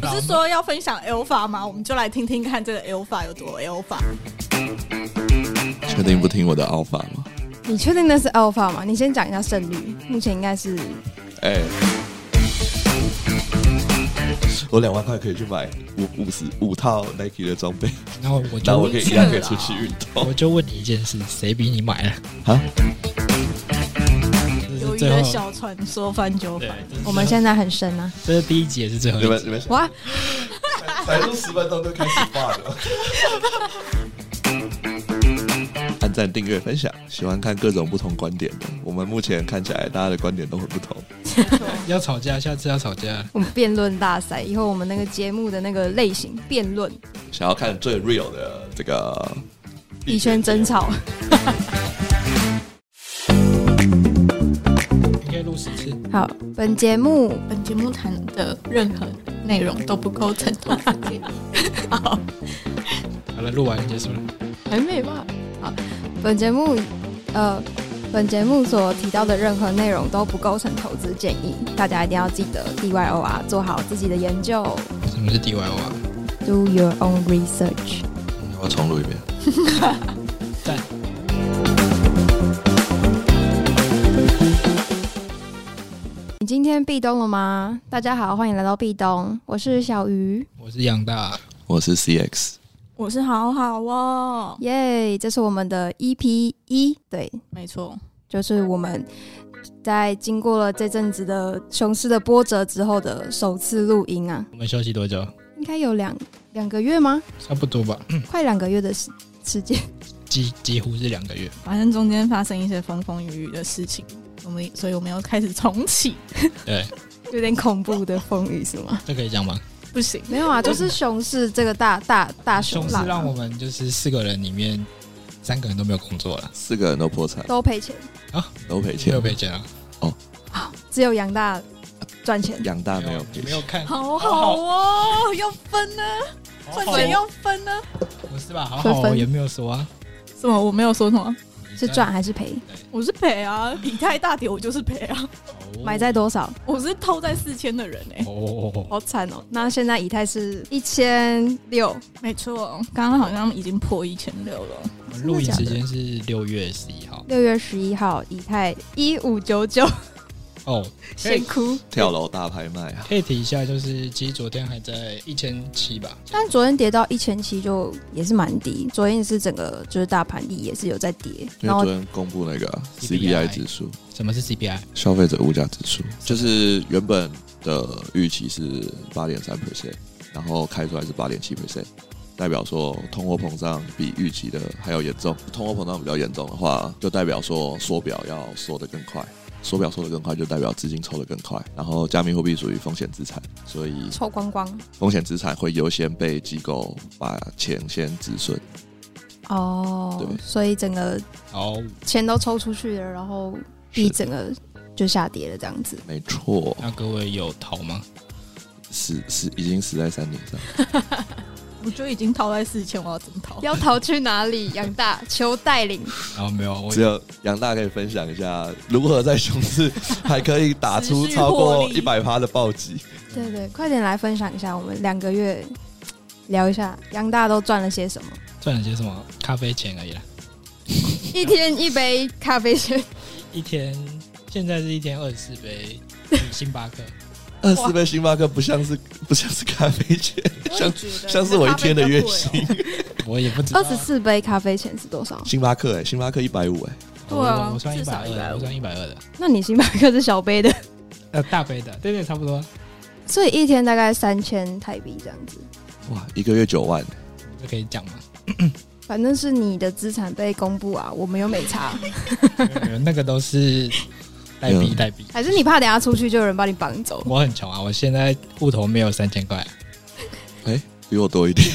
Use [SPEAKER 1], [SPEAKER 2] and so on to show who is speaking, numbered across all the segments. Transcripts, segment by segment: [SPEAKER 1] 不是说要分享 alpha 吗？我们就来听听看这个 alpha 有多 alpha。
[SPEAKER 2] 确定不听我的 alpha 吗？
[SPEAKER 3] 你确定那是 alpha 吗？你先讲一下胜率，目前应该是
[SPEAKER 2] 哎、我两万块可以去买五五十五套 Nike 的啊装备，
[SPEAKER 4] 然后我
[SPEAKER 2] 然
[SPEAKER 4] 就
[SPEAKER 2] 后我可以一样可以出去运
[SPEAKER 4] 我
[SPEAKER 2] 动
[SPEAKER 4] 就问你一件事，谁比你买了？
[SPEAKER 2] 啊！
[SPEAKER 4] 这
[SPEAKER 1] 有
[SPEAKER 4] 是
[SPEAKER 1] 一
[SPEAKER 4] 最
[SPEAKER 1] 个
[SPEAKER 4] 后，
[SPEAKER 1] 小船说翻就
[SPEAKER 4] 对
[SPEAKER 1] 翻，，
[SPEAKER 4] 这是
[SPEAKER 3] 我们
[SPEAKER 4] 最后
[SPEAKER 3] 现在很深啊。
[SPEAKER 4] 这是第一集也是最后
[SPEAKER 2] 你
[SPEAKER 4] 一
[SPEAKER 2] 们
[SPEAKER 4] 集。
[SPEAKER 2] 你们想
[SPEAKER 3] 哇，
[SPEAKER 2] 才录十分钟就开始挂了。 按赞、订阅、分享，喜欢看各种不同观点的。我们目前看起来大家的观点都很不同。
[SPEAKER 4] 要吵架，下次要吵架。
[SPEAKER 3] 我们辩论大赛，以后我们那个节目的那个类型辩论，
[SPEAKER 2] 想要看最 real 的这个
[SPEAKER 3] 以轩争吵，
[SPEAKER 4] 应该录十次。
[SPEAKER 3] 好，本节目
[SPEAKER 1] 本节目谈的任何内容都不构成投资 建议。好，
[SPEAKER 4] 好了，录完结束了。
[SPEAKER 3] 还没吧？好，本节目呃，本节目所提到的任何内容都不构成投资建议，大家一定要记得 D Y O R 做好自己的研究
[SPEAKER 4] 什么是 DIY 啊？
[SPEAKER 3] ，Do your own research。
[SPEAKER 2] 我重录一遍。
[SPEAKER 4] 赞。
[SPEAKER 3] 你今天壁咚了吗？大家好，欢迎来到壁咚，我是小鱼，
[SPEAKER 4] 我是杨大，
[SPEAKER 2] 我是 CX，
[SPEAKER 1] 我是好好哦，
[SPEAKER 3] 耶、这是我们的 EP 一，对，
[SPEAKER 1] 没错，
[SPEAKER 3] 就是我们在经过了这阵子的熊市的波折之后的首次录音啊，
[SPEAKER 4] 我们休息多久？
[SPEAKER 3] 应该有两两个月吗？
[SPEAKER 4] 差不多吧，
[SPEAKER 3] 快两个月的时时间。
[SPEAKER 4] 几几乎是两个月。
[SPEAKER 1] 反正中间发生一些风风雨雨的事情，我们所以我们要开始重启，
[SPEAKER 4] 对，
[SPEAKER 3] 有点恐怖的风雨是吗？
[SPEAKER 4] 这可以讲吗？
[SPEAKER 1] 不行，
[SPEAKER 3] 没有啊，就是熊市这个大大大
[SPEAKER 4] 熊
[SPEAKER 3] 熊
[SPEAKER 4] 市
[SPEAKER 3] 浪
[SPEAKER 4] 让
[SPEAKER 3] 啊
[SPEAKER 4] 我们就是四个人里面三个人都没有工作了，
[SPEAKER 2] 四个人都破产，
[SPEAKER 3] 都赔钱，
[SPEAKER 2] 都赔
[SPEAKER 4] 没
[SPEAKER 2] 钱
[SPEAKER 4] 有。被讲啊，
[SPEAKER 3] 只有杨大赚钱。
[SPEAKER 2] 杨大没有
[SPEAKER 4] 你
[SPEAKER 2] 赔
[SPEAKER 4] 没有
[SPEAKER 2] 钱，
[SPEAKER 4] 看，
[SPEAKER 1] 好好哦，要分呢，赚钱要分呢。
[SPEAKER 4] 不是吧？好
[SPEAKER 3] 会
[SPEAKER 4] 好哦
[SPEAKER 3] 分
[SPEAKER 4] 也没有说啊，
[SPEAKER 1] 什么？我没有说什么，
[SPEAKER 3] 是赚还是赔？
[SPEAKER 1] 我是赔啊，以太大跌我就是赔啊，
[SPEAKER 3] 买在多少？
[SPEAKER 1] 我是偷在四千的人哎、
[SPEAKER 4] 哦，
[SPEAKER 3] 好惨哦！那现在以太是一千六，
[SPEAKER 1] 没错，刚刚好像已经破一千六 了，
[SPEAKER 4] 我们录影时间是六月十一号
[SPEAKER 3] 六月十一号，以太一五九九，
[SPEAKER 4] 哦，
[SPEAKER 3] 先哭。
[SPEAKER 2] 跳楼大拍卖啊！
[SPEAKER 4] 可以提一下，就是其实昨天还在一千七吧，
[SPEAKER 3] 但昨天跌到一千七就也是蛮低，昨天是整个就是大盘底也是有在跌，
[SPEAKER 2] 因
[SPEAKER 3] 然
[SPEAKER 2] 为
[SPEAKER 3] 后
[SPEAKER 2] 昨天公布那个啊
[SPEAKER 4] CPI
[SPEAKER 2] CPI 指数，
[SPEAKER 4] 什么是 CPI？
[SPEAKER 2] 消费者物价指数，就是原本的预期是八点三 percent，然后开出来是八点七 percent，代表说通货膨胀比预期的还要严重。通货膨胀比较严重的话，就代表说缩表要缩得更快，缩表缩得更快就代表资金抽得更快。然后加密货币属于风险资产，所以
[SPEAKER 3] 抽光光
[SPEAKER 2] 风险资产会优先被机构把钱先止损。
[SPEAKER 3] 哦
[SPEAKER 2] 对，
[SPEAKER 3] 所以整个
[SPEAKER 4] 哦，
[SPEAKER 3] 钱都抽出去了，然后
[SPEAKER 2] 是
[SPEAKER 3] 币整个就下跌了这样子。
[SPEAKER 2] 没错，
[SPEAKER 4] 那各位有逃吗？
[SPEAKER 2] 死死已经死在山顶上。
[SPEAKER 1] 我就已经掏在四千，我要怎么掏？
[SPEAKER 3] 要逃去哪里？杨大求带领，
[SPEAKER 4] 然后没有，我
[SPEAKER 2] 只有杨大可以分享一下如何在熊市还可以打出
[SPEAKER 1] 持续
[SPEAKER 2] 超
[SPEAKER 1] 获
[SPEAKER 2] 过
[SPEAKER 1] 利
[SPEAKER 2] 一百趴的暴击。
[SPEAKER 3] 对对，快点来分享一下，我们两个月聊一下杨大都赚了些什么。
[SPEAKER 4] 赚了些什么咖啡钱而已啦，
[SPEAKER 3] 一天一杯咖啡钱，
[SPEAKER 4] 一天现在是一天二十四杯嗯星巴克，
[SPEAKER 2] 二十杯星巴克不像是不像是咖啡钱，像像是我一天的月
[SPEAKER 3] 哦
[SPEAKER 2] 薪。
[SPEAKER 4] 我也不知道
[SPEAKER 3] 二十四杯咖啡钱是多少？
[SPEAKER 2] 星巴克哎、星巴克一百五哎，
[SPEAKER 4] 我
[SPEAKER 1] 对啊
[SPEAKER 4] 我我算一
[SPEAKER 1] 至
[SPEAKER 4] 百
[SPEAKER 1] 少
[SPEAKER 4] 二
[SPEAKER 1] 120
[SPEAKER 4] 的，我算一百二的，
[SPEAKER 3] 那你星巴克是小杯的，
[SPEAKER 4] 呃，大杯的，对对，差不多。
[SPEAKER 3] 所以一天大概三千台币这样子。
[SPEAKER 2] 哇，一个月九万、
[SPEAKER 4] 这可以讲吗？
[SPEAKER 3] 反正是你的资产被公布啊，我们又 没查，
[SPEAKER 4] 没有没有那个都是代币，
[SPEAKER 2] 嗯
[SPEAKER 4] 代币。
[SPEAKER 3] 还是你怕等下出去就有人把你绑走？
[SPEAKER 4] 我很穷啊，我现在户头没有三千块，
[SPEAKER 2] 比我多一点。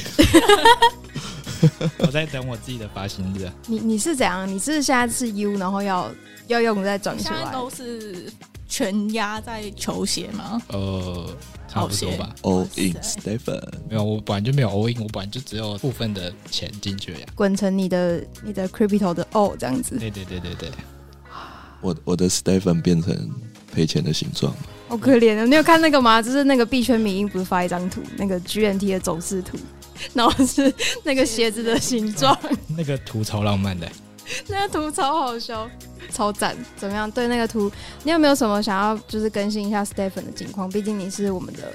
[SPEAKER 4] 我在等我自己的发薪日啊。
[SPEAKER 3] 你你是怎样？你是现在是 U，然后要要用再转出
[SPEAKER 1] 现在
[SPEAKER 3] 来？
[SPEAKER 1] 都是全压在球鞋吗？
[SPEAKER 4] 呃，差不多吧。
[SPEAKER 2] All
[SPEAKER 1] 塞
[SPEAKER 2] in Stephen，
[SPEAKER 4] 没有，我本来就没有 all in，我本来就只有部分的钱进去啊了呀。
[SPEAKER 3] 滚成你的你的 crypto 的 O 这样子。
[SPEAKER 4] 对对对对对，
[SPEAKER 2] 我我的 Stephen 变成赔钱的形状。
[SPEAKER 3] 好可怜啊！你有看那个吗？就是那个币圈迷因不是发一张图，那个 GNT 的走势图，然后是那个鞋子的形状，
[SPEAKER 4] 那个图超浪漫的，
[SPEAKER 3] 那个图超好笑，超赞！怎么样？对那个图，你有没有什么想要就是更新一下 Stephen 的近况？毕竟你是我们的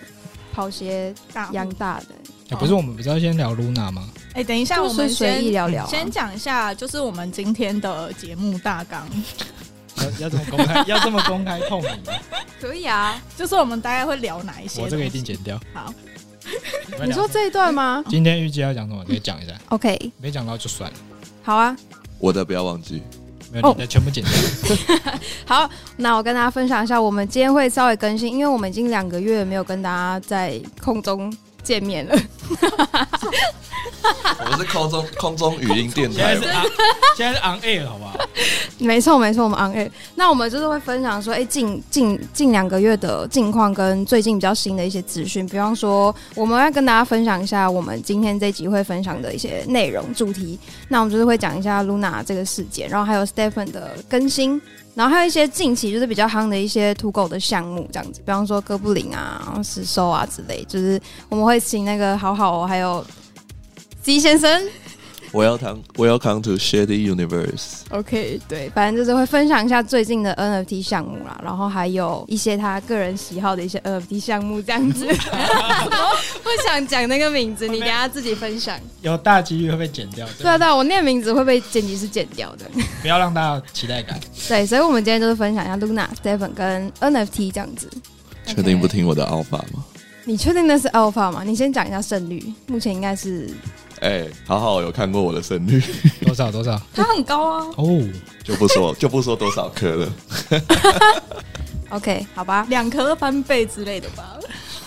[SPEAKER 3] 跑鞋
[SPEAKER 1] 大
[SPEAKER 3] 养大 的，
[SPEAKER 4] 哎不是我们不是要先聊 Luna 吗？
[SPEAKER 1] 哎、等一下，我
[SPEAKER 3] 就
[SPEAKER 1] 们
[SPEAKER 3] 是随意
[SPEAKER 1] 先
[SPEAKER 3] 聊聊、啊。
[SPEAKER 1] 先讲一下，就是我们今天的节目大纲，
[SPEAKER 4] 要要这么公开， 要这么公开透明吗？
[SPEAKER 3] 可以啊，
[SPEAKER 1] 就是我们大概会聊哪一些东
[SPEAKER 4] 我
[SPEAKER 1] 西。
[SPEAKER 4] 这个一定剪掉。
[SPEAKER 1] 好，
[SPEAKER 4] 们
[SPEAKER 3] 你
[SPEAKER 4] 聊
[SPEAKER 3] 说这一段吗
[SPEAKER 4] 今天预计要讲什么，可以讲一
[SPEAKER 1] 嗯
[SPEAKER 4] 下，
[SPEAKER 3] ？OK，
[SPEAKER 4] 没讲到就算了，
[SPEAKER 3] 好啊，
[SPEAKER 2] 我的不要忘记，
[SPEAKER 4] 没
[SPEAKER 3] 哦
[SPEAKER 4] 有你的全部剪掉。
[SPEAKER 3] 好，那我跟大家分享一下，我们今天会稍微更新，因为我们已经两个月没有跟大家在空中见面了。
[SPEAKER 2] 我们是空中 空中语音电
[SPEAKER 4] 现在
[SPEAKER 2] 台
[SPEAKER 4] 是 on，现在是 on air 好不好？
[SPEAKER 3] 没错，没错，我们 on air。那我们就是会分享说，哎、近近近两个月的近况跟最近比较新的一些资讯，比方说，我们要跟大家分享一下我们今天这集会分享的一些内容主题。那我们就是会讲一下 Luna 这个事件，然后还有 Stephen 的更新，然后还有一些近期就是比较夯的一些土狗的项目，这样子，比方说哥布林啊、然后石兽啊之类，就是我们会请那个好好、哦、还有 Z 先生
[SPEAKER 2] ，Welcome Welcome to Shady Universe。
[SPEAKER 3] OK，对，反正就是会分享一下最近的 NFT 项目啦，然后还有一些他个人喜好的一些 NFT 项目这样子。不想讲那个名字，你等一下自己分享。
[SPEAKER 4] 有大几率会被剪掉，真的
[SPEAKER 3] 对啊，对啊，我念名字会被剪辑师剪掉的。
[SPEAKER 4] 不要让大家有期待感。
[SPEAKER 3] 对，所以我们今天就是分享一下 Luna、Stephen 跟 NFT 这样子。
[SPEAKER 2] 确定不听我的 Alpha 吗？
[SPEAKER 3] 你确定那是 Alpha 吗？你先讲一下胜率，目前应该是
[SPEAKER 2] 哎、好好有看过我的胜率，
[SPEAKER 4] 多少多少
[SPEAKER 1] 它很高啊，
[SPEAKER 4] 哦，
[SPEAKER 2] 就不说就不说多少颗了。
[SPEAKER 3] OK，好吧？
[SPEAKER 1] 两颗翻倍之类的吧。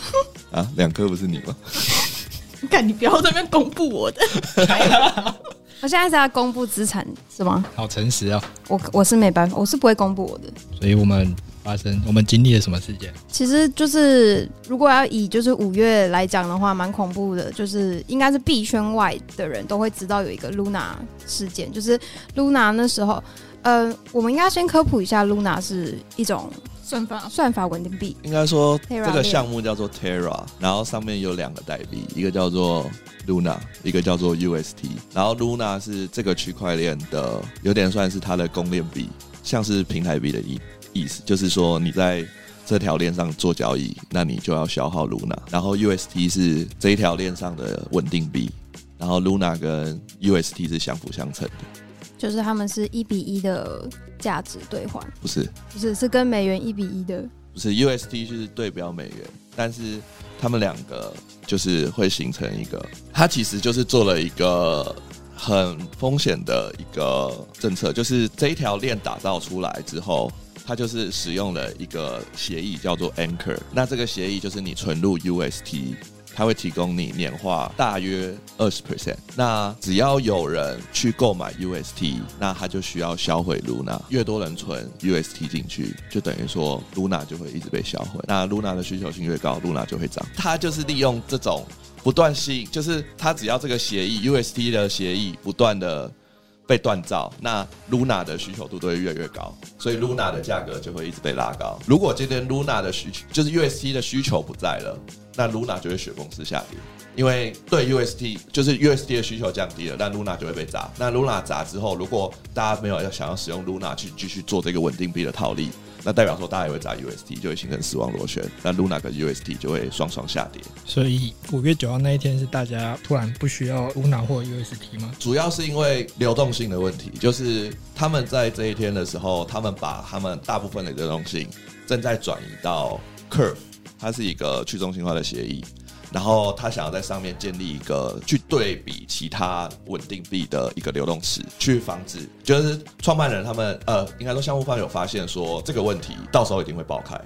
[SPEAKER 2] 啊，两颗不是你吗？
[SPEAKER 1] 看你不要在那边公布我的，
[SPEAKER 3] 我现在是要公布资产是吗？
[SPEAKER 4] 好诚实哦。
[SPEAKER 3] 我我是没办法，我是不会公布我的。
[SPEAKER 4] 所以我们发生，我们经历了什么事件？
[SPEAKER 3] 其实就是，如果要以就是五月来讲的话，蛮恐怖的，就是应该是币圈外的人都会知道有一个 Luna 事件，就是 Luna 那时候，呃，我们应该先科普一下，Luna 是一种
[SPEAKER 1] 算法
[SPEAKER 3] 算法稳定币，
[SPEAKER 2] 应该说
[SPEAKER 3] Terra
[SPEAKER 2] 这个项目叫做 Terra，然后上面有两个代币，一个叫做 Luna，一个叫做 UST。然后 Luna 是这个区块链的，有点算是它的公链币，像是平台币的意意思，就是说你在这条链上做交易，那你就要消耗 Luna。然后 UST 是这一条链上的稳定币，然后 Luna 跟 UST 是相辅相成的，
[SPEAKER 3] 就是他们是一比一的价值兑换，
[SPEAKER 2] 不是？
[SPEAKER 3] 不是是跟美元一比一的。
[SPEAKER 2] 不是 UST 就是对标美元，但是他们两个就是会形成一个，它其实就是做了一个很风险的一个政策，就是这一条链打造出来之后。它就是使用了一个协议叫做 Anchor，那这个协议就是你存入 UST，它会提供你年化大约二十 percent。那只要有人去购买 UST，那他就需要销毁 Luna。越多人存 UST 进去，就等于说 Luna 就会一直被销毁。那 Luna 的需求性越高，Luna 就会涨。它就是利用这种不断吸引，就是它只要这个协议 UST 的协议不断的。被锻造，那 Luna 的需求度都会越来越高，所以 Luna 的价格就会一直被拉高。如果今天 Luna 的需求就是 UST 的需求不在了，那 Luna 就会雪崩式下跌，因为对 UST 就是 UST 的需求降低了，那 Luna 就会被砸。那 Luna 砸之后，如果大家没有要想要使用 Luna 去继续做这个稳定币的套利，那代表说大家也会砸 UST，就会形成死亡螺旋。那 Luna 跟 UST 就会双双下跌。
[SPEAKER 4] 所以五月九号那一天是大家突然不需要 Luna 或 UST 吗？
[SPEAKER 2] 主要是因为流动性的问题，就是他们在这一天的时候，他们把他们大部分的流动性正在转移到 Curve，它是一个去中心化的协议，然后他想要在上面建立一个去对比其他稳定币的一个流动池，去防止就是创办人他们呃，应该说项目方有发现说这个问题到时候一定会爆开。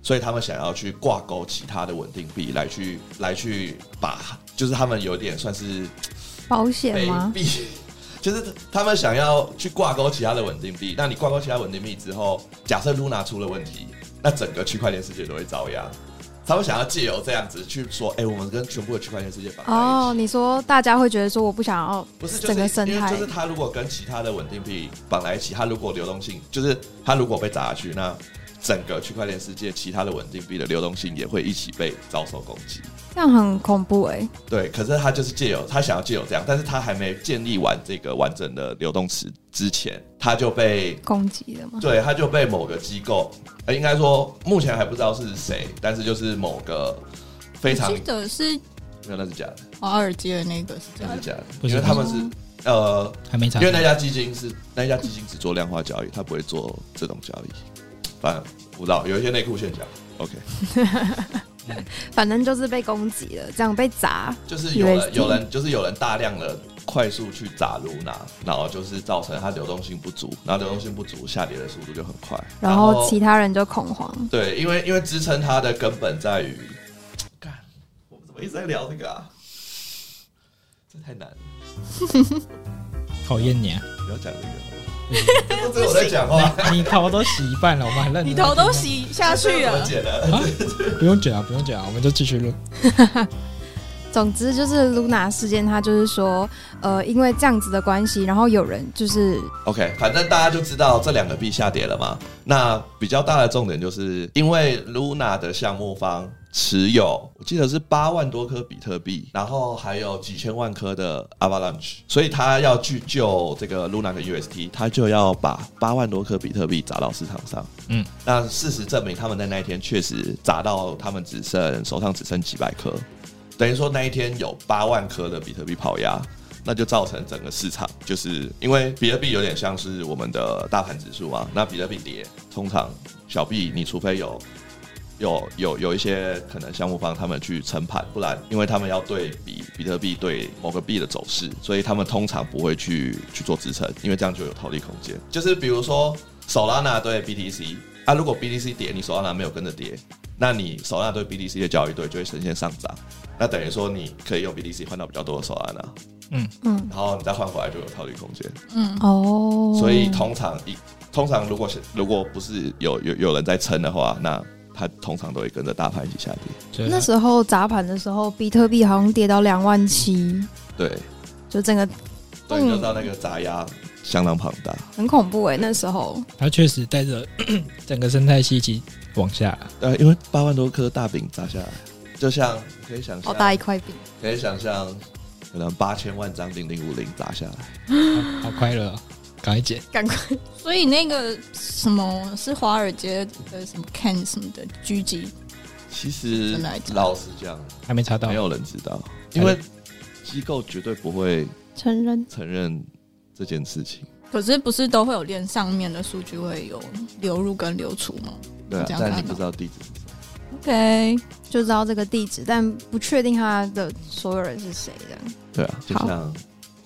[SPEAKER 2] 所以他们想要去挂钩其他的稳定币来去来去把，就是他们有点算是
[SPEAKER 3] 保险吗？
[SPEAKER 2] 币， 就是他们想要去挂钩其他的稳定币。那你挂钩其他稳定币之后，假设 Luna 出了问题，那整个区块链世界都会遭殃。他们想要借由这样子去说，哎、我们跟全部的区块链世界绑在一起。
[SPEAKER 3] 哦，你说大家会觉得说我不想要
[SPEAKER 2] 不是，就是
[SPEAKER 3] 整个生
[SPEAKER 2] 因为
[SPEAKER 3] 态
[SPEAKER 2] 就是它如果跟其他的稳定币绑在一起，它如果流动性就是它如果被砸下去，那整个区块链世界其他的稳定币的流动性也会一起被遭受攻击。
[SPEAKER 3] 这样很恐怖哎、
[SPEAKER 2] 对，可是他就是借由他想要借由这样，但是他还没建立完这个完整的流动池之前，他就被
[SPEAKER 3] 攻击的吗？
[SPEAKER 2] 对，他就被某个机构，呃，应该说目前还不知道是谁，但是就是某个非常
[SPEAKER 1] 记得是
[SPEAKER 2] 没有，那是假的，
[SPEAKER 1] 华尔街的那个是这
[SPEAKER 2] 那
[SPEAKER 1] 样
[SPEAKER 2] 是，假的，
[SPEAKER 4] 不
[SPEAKER 2] 因
[SPEAKER 4] 是
[SPEAKER 2] 为他们是呃，
[SPEAKER 4] 还没查
[SPEAKER 2] 因，为那家基金是那家基金只做量化交易，它不会做这种交易。反正不知道，有一些内裤现象，OK，
[SPEAKER 3] 反正就是被攻击了，这样被砸，
[SPEAKER 2] 就是有人
[SPEAKER 3] USD
[SPEAKER 2] 有人就是有人大量的快速去砸卢娜，然后就是造成它流动性不足，然后流动性不足下跌的速度就很快，
[SPEAKER 3] 然后其他人就恐慌。
[SPEAKER 2] 对，因为因为支撑它的根本在于，干，我们怎么一直在聊这个啊？这太难了，
[SPEAKER 4] 讨厌你啊！
[SPEAKER 2] 不要讲这个好不好，都只有我在讲
[SPEAKER 3] 啊
[SPEAKER 2] 话，
[SPEAKER 4] 你头都洗一半了，我们还认
[SPEAKER 1] 你头都洗下去
[SPEAKER 2] 我
[SPEAKER 1] 了，
[SPEAKER 2] 剪了。
[SPEAKER 4] 不用剪啊，不用剪啊，我们就继续录。
[SPEAKER 3] 总之就是 Luna 事件，他就是说，呃，因为这样子的关系，然后有人就是
[SPEAKER 2] OK，反正大家就知道这两个币下跌了嘛。那比较大的重点就是，因为 Luna 的项目方持有，我记得是八万多颗比特币，然后还有几千万颗的 Avalanche，所以他要去救这个 Luna 跟 UST，他就要把八万多颗比特币砸到市场上。
[SPEAKER 4] 嗯，
[SPEAKER 2] 那事实证明，他们在那一天确实砸到他们只剩手上只剩几百颗，等于说那一天有八万颗的比特币跑压。那就造成整个市场，就是因为比特币有点像是我们的大盘指数嘛。那比特币跌，通常小币你除非有有有有一些可能项目方他们去撑盘，不然因为他们要对比比特币对某个币的走势，所以他们通常不会去去做支撑，因为这样就有套利空间。就是比如说 Solana 对 BTC，啊，如果 BTC 跌，你 Solana 没有跟着跌，那你 Solana 对 BTC 的交易对就会呈现上涨，那等于说你可以用 BTC 换到比较多的 Solana。
[SPEAKER 3] 嗯
[SPEAKER 2] 然后你再换回来就有套利空间。
[SPEAKER 1] 嗯，
[SPEAKER 3] 哦，
[SPEAKER 2] 所以通常一通常如果是如果不是有有有人在撑的话，那它通常都会跟着大盘一起下跌。
[SPEAKER 4] 对
[SPEAKER 3] 那时候砸盘的时候，比特币好像跌到两万七，
[SPEAKER 2] 对，
[SPEAKER 3] 就整个
[SPEAKER 2] 所以你就知道那个砸压相当庞大。
[SPEAKER 3] 很恐怖哎、那时候
[SPEAKER 4] 它啊确实带着 整个生态系一起往下了。
[SPEAKER 2] 呃，因为八万多颗大饼砸下来，就像你可以想
[SPEAKER 3] 好哦大
[SPEAKER 2] 象，
[SPEAKER 3] 一块饼，
[SPEAKER 2] 可以想象，可能八千万张零零五零砸下来。
[SPEAKER 4] 好快乐、哦，赶快剪。
[SPEAKER 3] 赶快
[SPEAKER 1] 所以那个什么是华尔街的什么 Ken 什么的狙击，
[SPEAKER 2] 其实
[SPEAKER 1] 真的还假的
[SPEAKER 2] 老实讲，
[SPEAKER 4] 还没查到
[SPEAKER 2] 没，有人知道，因为机构绝对不会
[SPEAKER 3] 承认。
[SPEAKER 2] 承认这件事情。
[SPEAKER 1] 可是不是都会有连上面的数据会有流入跟流出吗
[SPEAKER 2] 对啊
[SPEAKER 1] 这，样
[SPEAKER 2] 但
[SPEAKER 1] 看
[SPEAKER 2] 你不
[SPEAKER 1] 到
[SPEAKER 2] 知道地址是什么。
[SPEAKER 1] ？OK，
[SPEAKER 3] 就知道这个地址，但不确定他的所有人是谁的。
[SPEAKER 2] 对啊，就
[SPEAKER 3] 好
[SPEAKER 2] 像